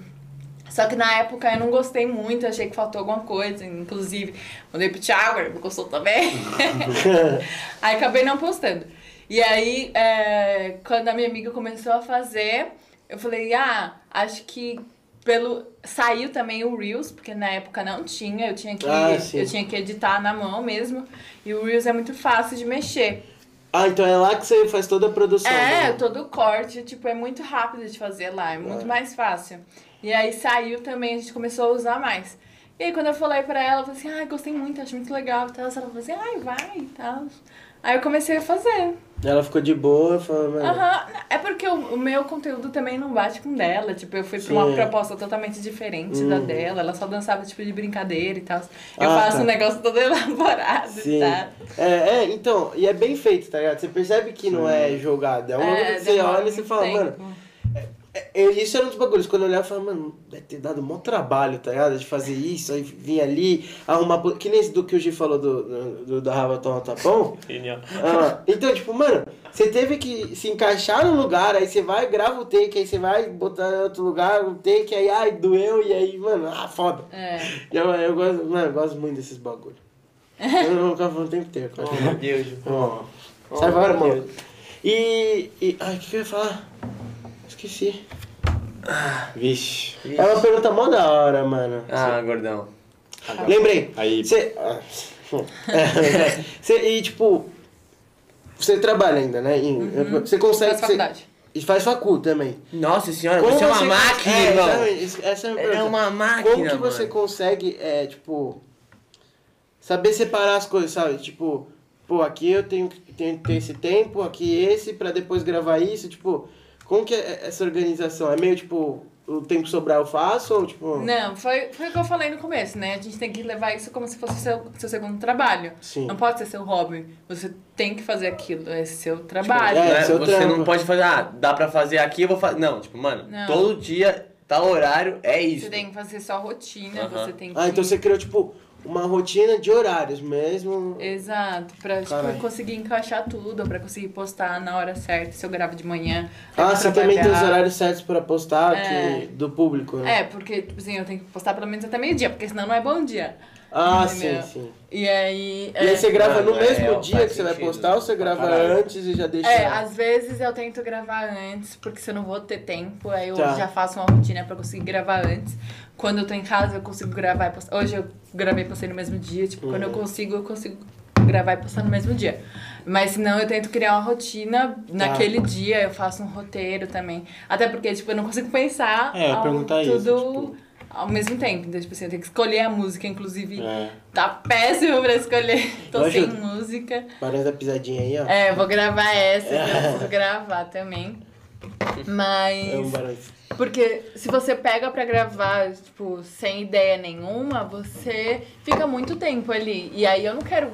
Só que na época eu não gostei muito, achei que faltou alguma coisa. Inclusive, mandei pro Thiago, ele não gostou também. aí acabei não postando. E aí, é, quando a minha amiga começou a fazer, eu falei, ah, acho que pelo. Saiu também o Reels, porque na época não tinha, eu tinha que, Ah, sim. eu tinha que editar na mão mesmo. E o Reels é muito fácil de mexer. Ah, então é lá que você faz toda a produção. né? É, todo corte, tipo, é muito rápido de fazer lá, é muito mais fácil. E aí saiu também, a gente começou a usar mais. E aí quando eu falei pra ela, eu falei assim, ai, gostei muito, acho muito legal e tal. Ela falou assim, ai, vai e tal. Aí eu comecei a fazer. Ela ficou de boa, falou, mano. Aham. É porque o, o meu conteúdo também não bate com o dela. Tipo, eu fui pra uma Sim. Hum. proposta totalmente diferente da dela. Ela só dançava, tipo, de brincadeira e tal. Eu Ah, faço tá. um negócio todo elaborado tá? Sim. e tal. É, é, então, e é bem feito, tá ligado? Você percebe que não é jogado. É um bagulho que você demora olha e você muito fala, mano. tempo. é- é- isso era um dos bagulhos. Quando eu olhava, eu falava, mano, deve ter dado mó trabalho, tá ligado? De fazer isso, aí vir ali, arrumar. pla- Que nem esse do que o G falou do, do, do da Rabatom Tapão. Genial. Ah, então, tipo, mano, você teve que se encaixar num lugar, aí você vai, grava o take, aí você vai botar em outro lugar o take, aí, ai, doeu, e aí, mano, ah, foda. É. E Eu, eu gosto, mano, eu gosto muito desses bagulho. Eu não vou ficar falando o tempo inteiro. eu acho Oh, meu Deus. Ó. Oh, Sai fora, meu mano. E, e. Ai, o que, que eu ia falar? Esqueci. Vixe. É uma pergunta mó da hora, mano. Ah, gordão. Lembrei. Aí. Você. ah, é, Você. E tipo. Você trabalha ainda, né? Em- Você consegue. Faz Uhum. faculdade. Você, e faz facu também. Nossa senhora, você é uma máquina, é, irmão. exatamente, isso- Essa é a minha É pergunta. uma máquina, Como que você mano. consegue, é, tipo, saber separar as coisas, sabe? Tipo, pô, aqui eu tenho, que- tenho que ter esse tempo, aqui esse, pra depois gravar isso, tipo, como que é essa organização? É meio, tipo, o tempo que sobrar eu faço, ou, tipo... Não, foi, foi o que eu falei no começo, né? A gente tem que levar isso como se fosse seu, seu segundo trabalho. Sim. Não pode ser seu hobby. Você tem que fazer aquilo, é seu trabalho. é, Não é- seu você trampo. não pode fazer, ah, dá pra fazer aqui, eu vou fazer. Não, tipo, mano, Não. todo dia, tal horário, é isso. Você tem que fazer sua rotina, Aham. você tem que. Ah, então você criou, tipo, uma rotina de horários mesmo... É, Exato, pra Caralho. tipo, conseguir encaixar tudo, pra conseguir postar na hora certa, se eu gravo de manhã. eu Ah, vou você também tem os trabalhar. horários certos pra postar É. que- do público, né? É, porque, tipo assim, eu tenho que postar pelo menos até meio-dia, porque senão não é bom dia. Ah, Entendeu? sim, sim. E aí. E aí você grava Mano, no é, mesmo ó, dia faz que você vai sentido. postar ou você Pra grava caralho. antes e já deixa... É, às vezes eu tento gravar antes, porque se eu não vou ter tempo, aí eu Tá. já faço uma rotina pra conseguir gravar antes. Quando eu tô em casa, eu consigo gravar e postar. Hoje eu gravei e postei no mesmo dia. Tipo, quando Uhum. eu consigo, eu consigo gravar e postar no mesmo dia. Mas senão eu tento criar uma Tá. rotina naquele dia, eu faço um roteiro também. Até porque, tipo, eu não consigo pensar É, eu ia ao- perguntar isso, tudo tipo. ao mesmo tempo. Então, tipo assim, eu tenho que escolher a música, inclusive. É. Tá péssimo pra escolher. Tô Eu sem ajudo. música. Parece a pisadinha aí, ó. É, vou gravar essa, que eu preciso gravar também. É um Mas. barulho. Porque se você pega pra gravar, tipo, sem ideia nenhuma, você fica muito tempo ali. E aí eu não quero.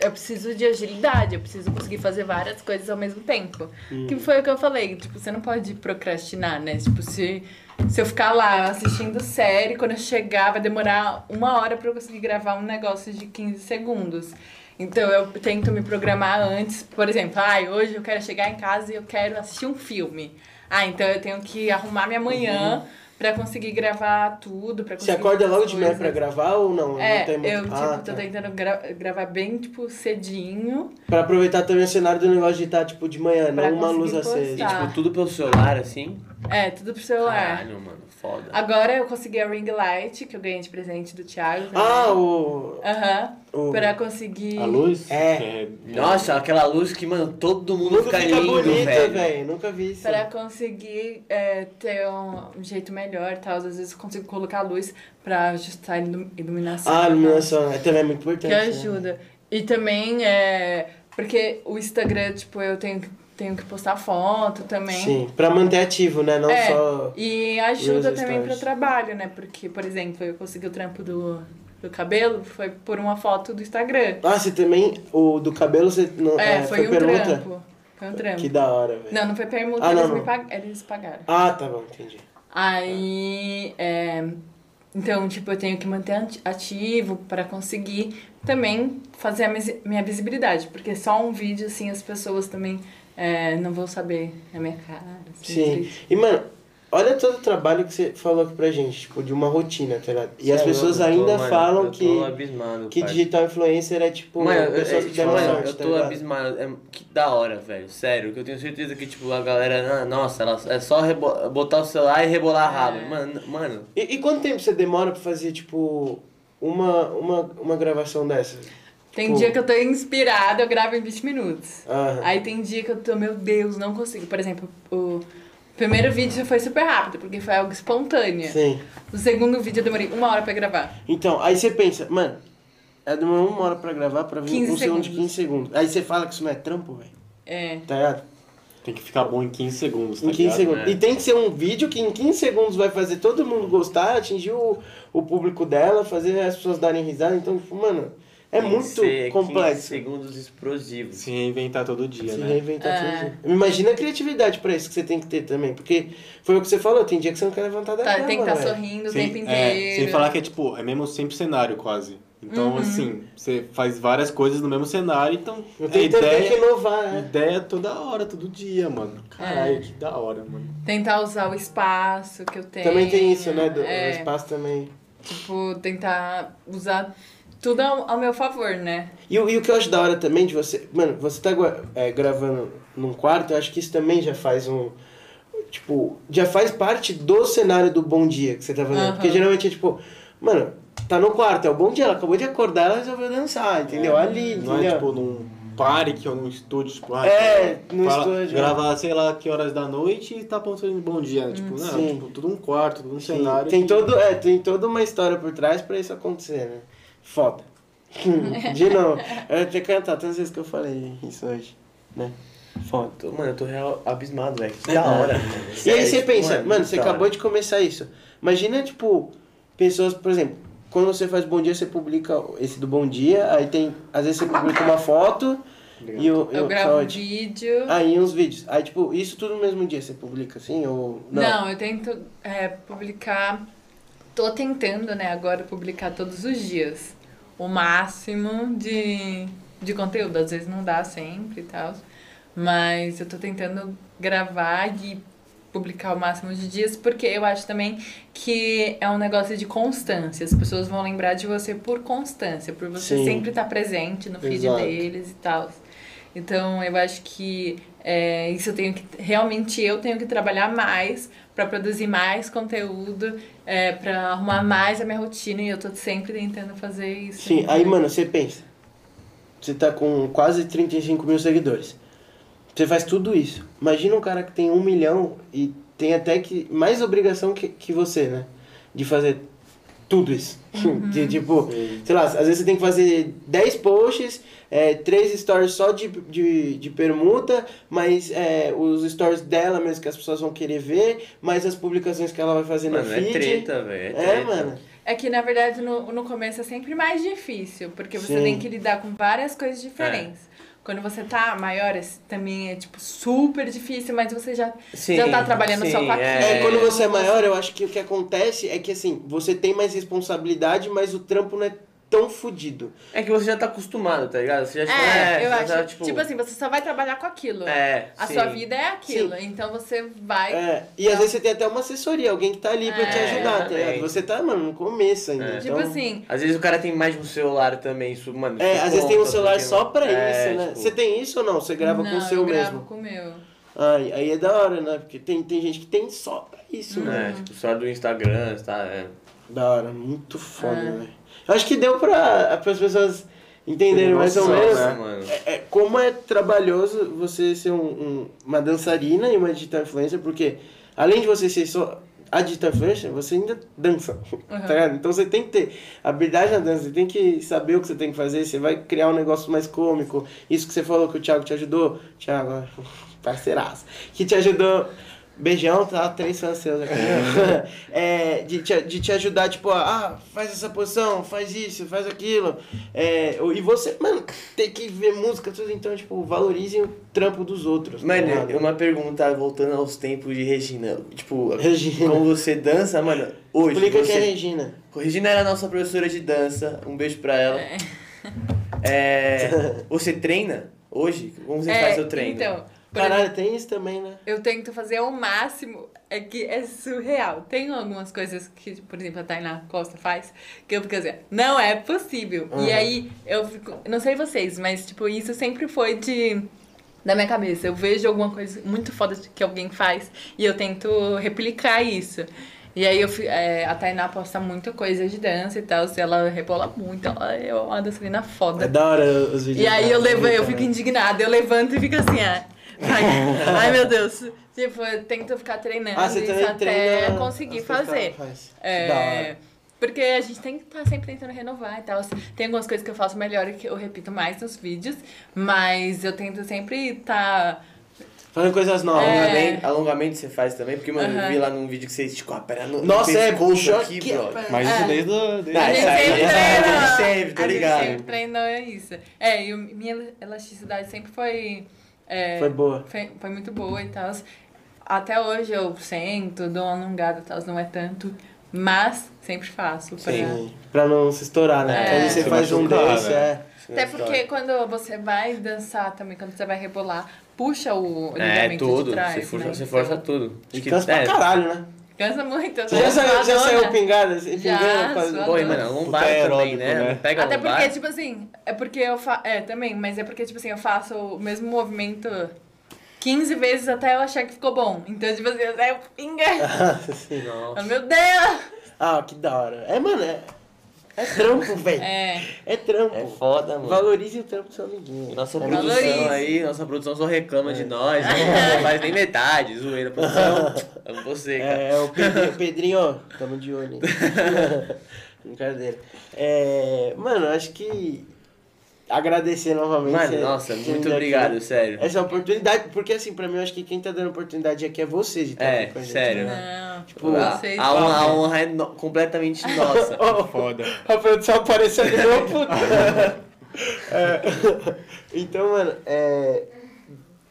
Eu preciso de agilidade, eu preciso conseguir fazer várias coisas ao mesmo tempo. Que foi o que eu falei, tipo, você não pode procrastinar, né? Tipo, se, se eu ficar lá assistindo série, quando eu chegar, vai demorar uma hora pra eu conseguir gravar um negócio de 15 segundos. Então eu tento me programar antes, por exemplo, ai, hoje eu quero chegar em casa e eu quero assistir um filme. Ah, então eu tenho que arrumar minha manhã pra conseguir gravar tudo, pra Uhum. Você conseguir acorda fazer logo as de manhã coisas. pra gravar ou não? não É, tem muito- eu tipo, Ah, tô tá. tentando gra- gravar bem, tipo, cedinho. Pra aproveitar também o cenário do negócio de estar, tipo, de manhã, Pra não uma luz conseguir acesa. postar. Tipo, tudo pelo celular, assim. É, tudo pro celular. Caralho, mano, foda. Agora eu consegui a ring light, que eu ganhei de presente do Thiago. também. Ah, o... Aham. o... né? Pra conseguir. A luz? É. que Nossa, aquela luz que, mano, todo mundo Nunca fica, fica, lindo, bonita, velho. velho. Nunca vi isso. Pra conseguir é, ter um, um jeito melhor e tal. Às vezes eu consigo colocar a luz pra ajustar a ilu- iluminação. Ah, iluminação. É, também é muito importante. Que né? ajuda. E também é. Porque o Instagram, tipo, eu tenho, que- tenho que postar foto também. Sim, pra manter ativo, né? Não É. só... E ajuda Luz também pro stories. trabalho, né? Porque, por exemplo, eu consegui o trampo do, do cabelo, foi por uma foto do Instagram. Ah, você também... O do cabelo, você... Não... É, é, foi, um permuta? trampo. Foi um trampo. Que da hora, velho. Não, não foi permuta, Ah, não, eles, não. me pag- eles pagaram. Ah, tá bom, entendi. Aí, é, então, tipo, eu tenho que manter ati- ativo para conseguir também fazer a mis- minha visibilidade, porque só um vídeo, assim, as pessoas também é, não vão saber a minha cara. assim, Sim. triste. E, mano, olha todo o trabalho que você falou aqui pra gente, tipo, de uma rotina, tá ligado? E Cê as é pessoas louco, eu tô, ainda mano, falam eu que, Tô abismado, que pai. digital influencer é, tipo, Mano, eu, pessoas é, que tipo, deram mano, sorte, eu tá tô ligado? abismado. É, que da hora, velho. Sério, que eu tenho certeza que, tipo, a galera. ah, Nossa, ela, é só rebo- botar o celular e rebolar a É. rabo. Mano, mano. E, e quanto tempo você demora pra fazer, tipo, uma, uma, uma gravação dessa? Tem Tipo- dia que eu tô inspirada, eu gravo em 20 minutos. Aham. Aí tem dia que eu tô, meu Deus, não consigo. Por exemplo, o primeiro vídeo já foi super rápido, porque foi algo espontâneo. Sim. O segundo vídeo eu demorei uma hora pra gravar. Então, aí você pensa, mano, ela demorou uma hora pra gravar pra vir 15 um segundo de segundos. 15 segundos. Aí você fala que isso não é trampo, velho. É. Tá ligado? Tem que ficar bom em 15 segundos, tá Em 15 ligado? segundos. né? E tem que ser um vídeo que em 15 segundos vai fazer todo mundo gostar, atingir o, o público dela, fazer as pessoas darem risada. Então, tipo, mano, é tem que muito ser 15 complexo. segundos explosivos. Se reinventar todo dia, Se né? reinventar É. todo dia. Imagina a criatividade pra isso que você tem que ter também. Porque foi o que você falou, tem dia que você não quer levantar da Tá, cama, tem que estar velho. sorrindo o Sem- tempo é, inteiro. Uhum. sem falar que é tipo, é mesmo sempre cenário quase. Então, assim, você faz várias coisas no mesmo cenário, então Não é tem também que ideia, inovar, né? ideia toda hora, todo dia, mano. Caralho, É. que da hora, mano. Tentar usar o espaço que eu tenho. Também tem isso, né? Do, do é, espaço também. Tipo, tentar usar tudo ao, ao meu favor, né? E, o- e o que eu acho da hora também de você. Mano, você tá gua- é, gravando num quarto, eu acho que isso também já faz um. Tipo, já faz parte do cenário do bom dia que você tá fazendo. Aham. Porque geralmente é tipo, mano, tá no quarto, é o bom dia, ela acabou de acordar, ela resolveu dançar, entendeu? Ali, Não entendeu? é tipo num parque ou num estúdio, tipo, ah, É, num fala- estúdio. Hum, Grava, sei lá, que horas da noite e tá apontando bom dia, né? Tipo, não, Sim. tipo, tudo um quarto, tudo um Sim, cenário. tem, que- todo, é, tem toda uma história por trás pra isso acontecer, né? Foda. de novo, eu ia até cantar tantas vezes que eu falei isso hoje, né? Foda. Tô- mano, eu tô real abismado, velho. Que da hora. mano. É, E aí Sério, você tipo, pensa, mano, que você da hora. acabou de começar isso. Imagina, tipo, pessoas, por exemplo, quando você faz Bom Dia, você publica esse do Bom Dia, aí tem, às vezes você publica uma foto e o... e Eu o- gravo só um ótimo. vídeo. Aí uns vídeos. Aí, tipo, isso tudo no mesmo dia você publica, assim, ou... não. eu tento é, publicar. Tô tentando, né, agora publicar todos os dias. O máximo de, de conteúdo. Às vezes não dá sempre e tal. Mas eu tô tentando gravar e publicar o máximo de dias, porque eu acho também que é um negócio de constância. As pessoas vão lembrar de você por constância, por você Sim. sempre estar tá presente no feed Exato. deles e tal. Então eu acho que é, isso eu tenho que. Realmente eu tenho que trabalhar mais pra produzir mais conteúdo, é, para arrumar mais a minha rotina e eu tô sempre tentando fazer isso. né? Sim, aí, mano, você pensa. Você tá com quase 35 mil seguidores. Você faz tudo isso. Imagina um cara que tem um milhão e tem até que mais obrigação que, que você, né? De fazer tudo isso. De, tipo, sei lá, às vezes você tem que fazer 10 posts, é, 3 stories só de, de, de permuta, mas é, os stories dela mesmo que as pessoas vão querer ver, mais as publicações que ela vai fazer Mano, na é feed. treta, velho. É, treta. mano. É que, na verdade, no, no começo é sempre mais difícil, porque você Sim. tem que lidar com várias coisas diferentes. Quando você tá maior, esse também é, tipo, super difícil, mas você já, Sim, já tá trabalhando sim, só com aquilo. É, É. quando você é maior, eu acho que o que acontece é que assim, você tem mais responsabilidade, mas o trampo não é tão fudido. É que você já tá acostumado, tá ligado? Você já É, é, eu já acho. tá, tipo... assim, você só vai trabalhar com aquilo. É, A sim. sua vida é aquilo. Então você vai. É, e às vezes você tem até uma assessoria, alguém que tá ali pra te É, ajudar, tá ligado? também. Você tá, mano, no começo É. ainda. tipo então- assim, Às vezes o cara tem mais de um celular também, isso, mano. É, isso às vezes tem um conta, celular Tipo, porque- só pra É, isso, né? tipo, Você tem isso ou não? Você grava não, com o seu eu gravo mesmo? com o meu. Ai, aí é da hora, né? Porque tem, tem gente que tem só pra isso, Uhum. né? É, tipo, só do Instagram, tá? É. Da hora, muito foda, É. velho. Eu acho que deu pra, as pessoas entenderem mais ou Nossa, menos né, mano? é, é, como é trabalhoso você ser um- um- uma dançarina e uma digital influencer, porque além de você ser só a digital influencer, você ainda dança, tá ligado? Então você tem que ter habilidade na dança, você tem que saber o que você tem que fazer, você vai criar um negócio mais cômico. Isso que você falou que o Thiago te ajudou, Thiago, parceiraço, que te ajudou. Beijão, tá? Três fãs seus aqui. É, de, te, de te ajudar, tipo, a, ah, faz essa posição, faz isso, faz aquilo. É, e você, mano, tem que ver música, tudo. Então, tipo, valorizem o trampo dos outros. tá ligado? Mano, uma pergunta voltando aos tempos de Regina. Tipo, Regina. como você dança, mano, hoje. Explica você... que é Regina. Regina era nossa professora de dança, um beijo pra ela. É, você treina hoje? Como você é, faz seu treino? Então, por Caralho, tem isso também, né? Eu tento fazer ao máximo. É que é surreal. Tem algumas coisas que, por exemplo, a Tainá Costa faz, que eu fico assim, não é possível. E aí eu fico. Não sei vocês, mas tipo, isso sempre foi de. Da minha cabeça. Eu vejo alguma coisa muito foda que alguém faz e eu tento replicar isso. E aí eu fi- é, a Tainá posta muita coisa de dança e tal, se ela rebola muito, ela é uma dançarina foda. É da né? hora os vídeos. E aí eu, levo, eu Também. fico indignada, eu levanto e fico assim, ah. Ai, ai, meu Deus. Tipo, eu tento ficar treinando Ah, você isso também até treina. conseguir as coisas que ela fazer. faz. Da É, hora. porque a gente tem que estar sempre tentando renovar e tal. Tem algumas coisas que eu faço melhor e que eu repito mais nos vídeos, mas eu tento sempre tá estar. Fazendo coisas novas. É. Alongamento, alongamento você faz também? Porque, mano, eu vi Aham. lá num vídeo que você esticou a perna no no Nossa, é pescoço puxa aqui, aqui, bro. rapaz. Mas isso É. desde. o- desde... Ah, A isso gente aí, sempre isso aí treina. a gente sempre, tá a gente ligado? sempre treinou, é isso. É, e o- minha elasticidade sempre foi. é, Foi boa. Foi, foi muito boa e tal. Até hoje eu sento, dou uma alongada e tal, não é tanto. Mas sempre faço. pra- Sim. Pra não se estourar, né? É. Porque aí você Se faz um machucar, desse, né? é. Até porque quando você vai dançar também, quando você vai rebolar, puxa o É, ligamento tudo. de trás, você, força, né? você força tudo. E Acho que- cansa pra é, caralho, né? Cansa muito. né? Você já saiu, já Suadona. saiu pingada? assim, né? Já, pingando por causa do- suadona. Pô, e, mano, a lombar Puta também, aeróbico, né? né? Pega um Até a lombar. porque, tipo assim, é porque eu faço. É, também, mas é porque, tipo assim, eu faço o mesmo movimento 15 vezes até eu achar que ficou bom. Então, tipo assim, eu saio pinga. Sim, não. Oh, meu Deus! Ah, que da hora. É, mano, é, é trampo, velho. É. É. trampo. É foda, mano. Valorize o trampo do seu amiguinho. Nossa é produção Valorize. aí, nossa produção só reclama de nós, né? não faz nem metade, zoeira, produção. Amo você, cara. É, é, o Pedrinho, o Pedrinho, ó, tamo de olho. hein? Brincadeira. É, mano, acho que agradecer novamente. Mano, você- nossa, você muito vindo aqui. né? obrigado, sério. Essa oportunidade, porque assim, pra mim, eu acho que quem tá dando oportunidade aqui é vocês de estar É, aqui com a gente, sério. né? Não, Tipo, A, vocês- a honra, a honra é no- completamente nossa. Ó, é Foda. A produção apareceu de novo, puta. É, Então, mano, é.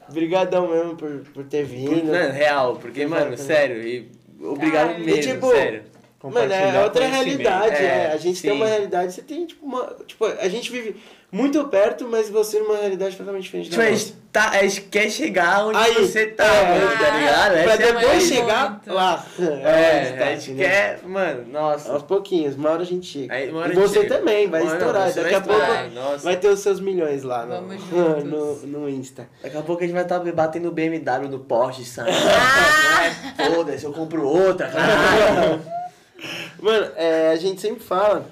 Obrigadão mesmo por, por ter vindo. Mano, real, porque, mano, sério, e obrigado Caralho. mesmo, né? E, tipo, sério. Mano, é Compartilhar outra conhecimento. realidade, É, né? A gente tem sim. uma realidade, você tem, tipo, uma. Tipo, a gente vive muito perto, mas você numa realidade totalmente diferente Tipo, da a nossa. gente, tá, a gente quer chegar onde Aí, você tá, é, mano, tá ligado? Pra Essa é a depois meta. chegar muito. lá. onde É, tá, a gente entendeu? quer, mano, nossa. Aos pouquinhos, uma hora a gente chega. Aí, uma hora e a gente você chega. também, vai Mano, estourar. você Daqui a vai pouco estourar, nossa. vai ter os seus milhões lá no, Vamos juntos. no, no Insta. Daqui a pouco a gente vai estar batendo BMW no Porsche, sabe? Ah! Foda-se, eu compro outra, caralho. Mano, é, a gente sempre fala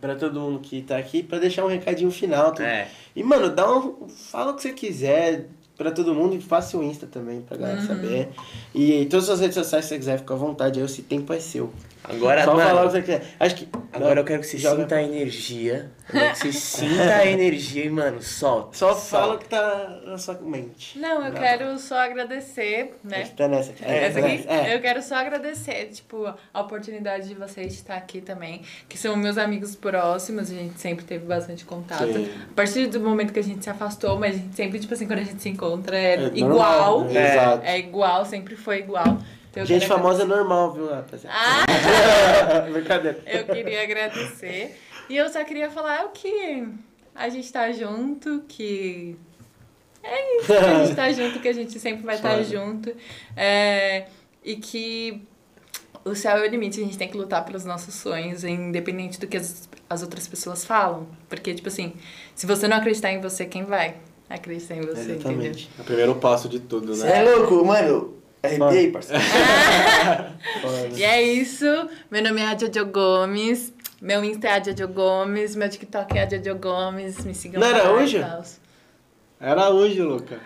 pra todo mundo que tá aqui pra deixar um recadinho final. tudo. É. E, mano, dá um, fala o que você quiser pra todo mundo e faça o Insta também pra galera Uhum. saber. E, todas as redes sociais, se você quiser, fica à vontade. Aí esse tempo é seu. Agora, Só mano, falar o que você quiser. Acho que. agora eu quero que você Joga- sinta a energia. Eu quero que você sinta a energia e, mano, solta. Só fala o que tá na sua mente. Não, eu quero só agradecer, né? Acho que tá nessa. É, Essa tá aqui, nessa. É. eu quero só agradecer, tipo, a oportunidade de vocês de estar aqui também, que são meus amigos próximos, a gente sempre teve bastante contato. Sim. A partir do momento que a gente se afastou, mas a gente sempre, tipo assim, quando a gente se encontra é, normal, igual. né? Exato. É igual, sempre foi igual. Então, eu Gente quero famosa é normal, viu, rapaziada? agradecer- Ah! Brincadeira. Eu queria agradecer E eu só queria falar o que a gente tá junto, que. É isso, que a gente tá junto, que a gente sempre vai estar junto. É, e que o céu é o limite, a gente tem que lutar pelos nossos sonhos, independente do que as, as outras pessoas falam. Porque, tipo assim, se você não acreditar em você, quem vai acreditar em você, entendeu? Exatamente. É o primeiro passo de tudo, né? É louco, mano. Arrepiei, parceiro. E é isso. Meu nome é Adiodio Gomes. Meu Insta é Adiodio Gomes. Meu TikTok é Adiodio Gomes. Me sigam Não lá era e hoje? tal. Era hoje, Luca.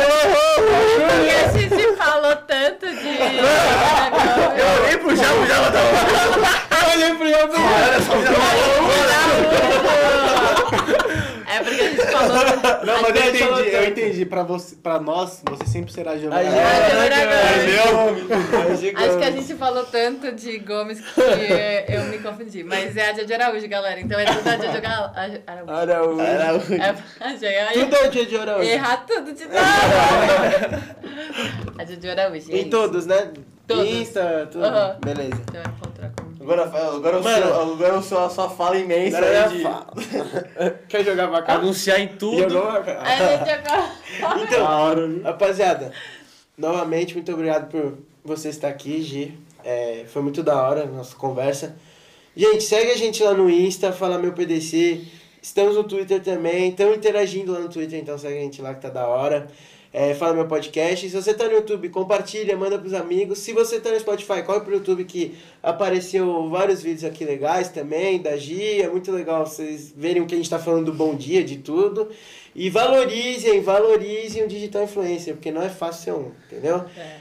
E a gente falou tanto de. Eu Olhei pro Jabo, Jabo tava Olha pro É porque a gente falou. Não, mas Aqui eu ele falou entendi, eu tanto. entendi. Pra, você, pra nós, você sempre será Ai, Giovanna. Ah, Giovana Giovana É, Gomes. Acho que a gente falou tanto de Gomes que eu me confundi. Mas é a Jojo Araújo, galera. Então é tudo a Jojo Gal- a- Araújo. Araújo. É, a Jojo- Ah, Tudo é o dia de Araújo. Errar tudo de novo. a Jojo Araújo. é Em isso. todos, né? Todos. Insta, tudo. Aham. Beleza. Então vai encontrar comigo. Agora, agora, eu Mano. sou, agora eu sou a sua fala imensa Agora eu aí de... falo. Quer jogar pra Ah, cá? Anunciar em tudo. Jogou pra A cá. gente agora. Então, Rapaziada, novamente, muito obrigado por você estar aqui, Gi. É, foi muito da hora a nossa conversa. Gente, segue a gente lá no Insta, fala meu PDC. Estamos no Twitter também, estamos interagindo lá no Twitter, então segue a gente lá que tá da hora. É, fala meu podcast. Se você tá no YouTube, compartilha, manda pros amigos. Se você tá no Spotify, corre pro YouTube que apareceu vários vídeos aqui legais também, da Gi. É muito legal vocês verem o que a gente tá falando do bom dia, de tudo. E valorizem, valorizem o digital influencer, porque não é fácil ser um, entendeu? É.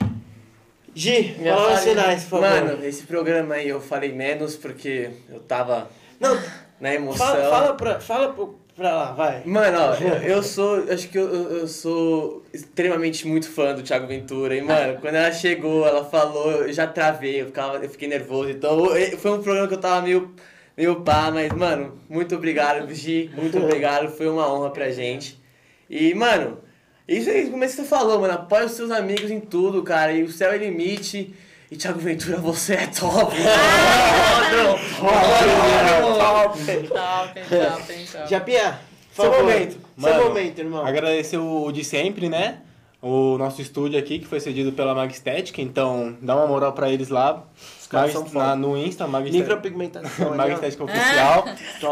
Gi, Minha fala os fala- sinais, por favor. Mano, esse programa aí eu falei menos porque eu tava não, na emoção. fala, fala, pra, fala pro- pra lá, vai. Mano, ó, eu, eu sou. Acho que eu- eu, eu sou extremamente muito fã do Thiago Ventura. E, mano, quando ela chegou, ela falou, eu já travei, eu, ficava, eu fiquei nervoso. Então, eu- foi um programa que eu tava meio, meio pá, mas, mano, muito obrigado, Gi. Muito obrigado, foi uma honra pra gente. E, mano, isso aí, como é que você falou, mano, apoia os seus amigos em tudo, cara. E o céu é limite. E Thiago Ventura, você é top! Top, top, top. Japinha, por Seu favor. momento. Seu Mano, momento, irmão. Agradecer o de sempre, né? O nosso estúdio aqui, que foi cedido pela Magstética, então dá uma moral pra eles lá. caras Magist- são foda. lá no Insta, Magstética. Micropigmentação. ali, ó. Magstética Oficial.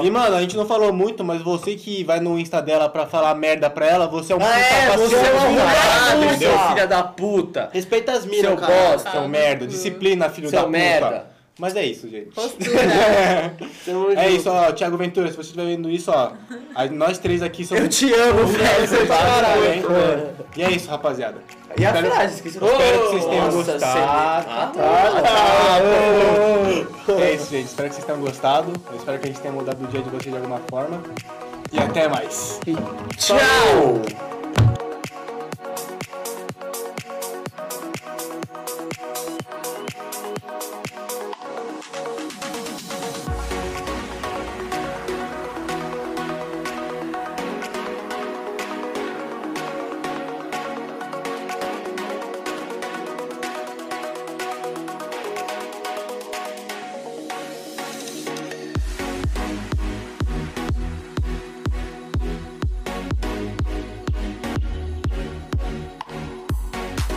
E, mano, a gente não falou muito, mas você que vai no Insta dela pra falar merda pra ela, você é um Ah, é, puta você é vacilão, um cara, viado, entendeu? seu filho da puta! Respeita as minas, Seu cara. bosta. Seu merda, disciplina, filho é um Seu da puta. merda. Mas é isso, gente. Postura. Tamo É junto. isso, ó, Thiago Ventura, se você estiver vendo isso, ó, a- nós três aqui somos... Eu te amo, velho! você tá- Caralho, é hein? E é isso, rapaziada. E a frase, esqueci Espero que vocês tenham Nossa, gostado. você- É isso, gente. Espero que vocês tenham gostado. Eu espero que a gente tenha mudado o dia de vocês de alguma forma. E até mais. Tchau!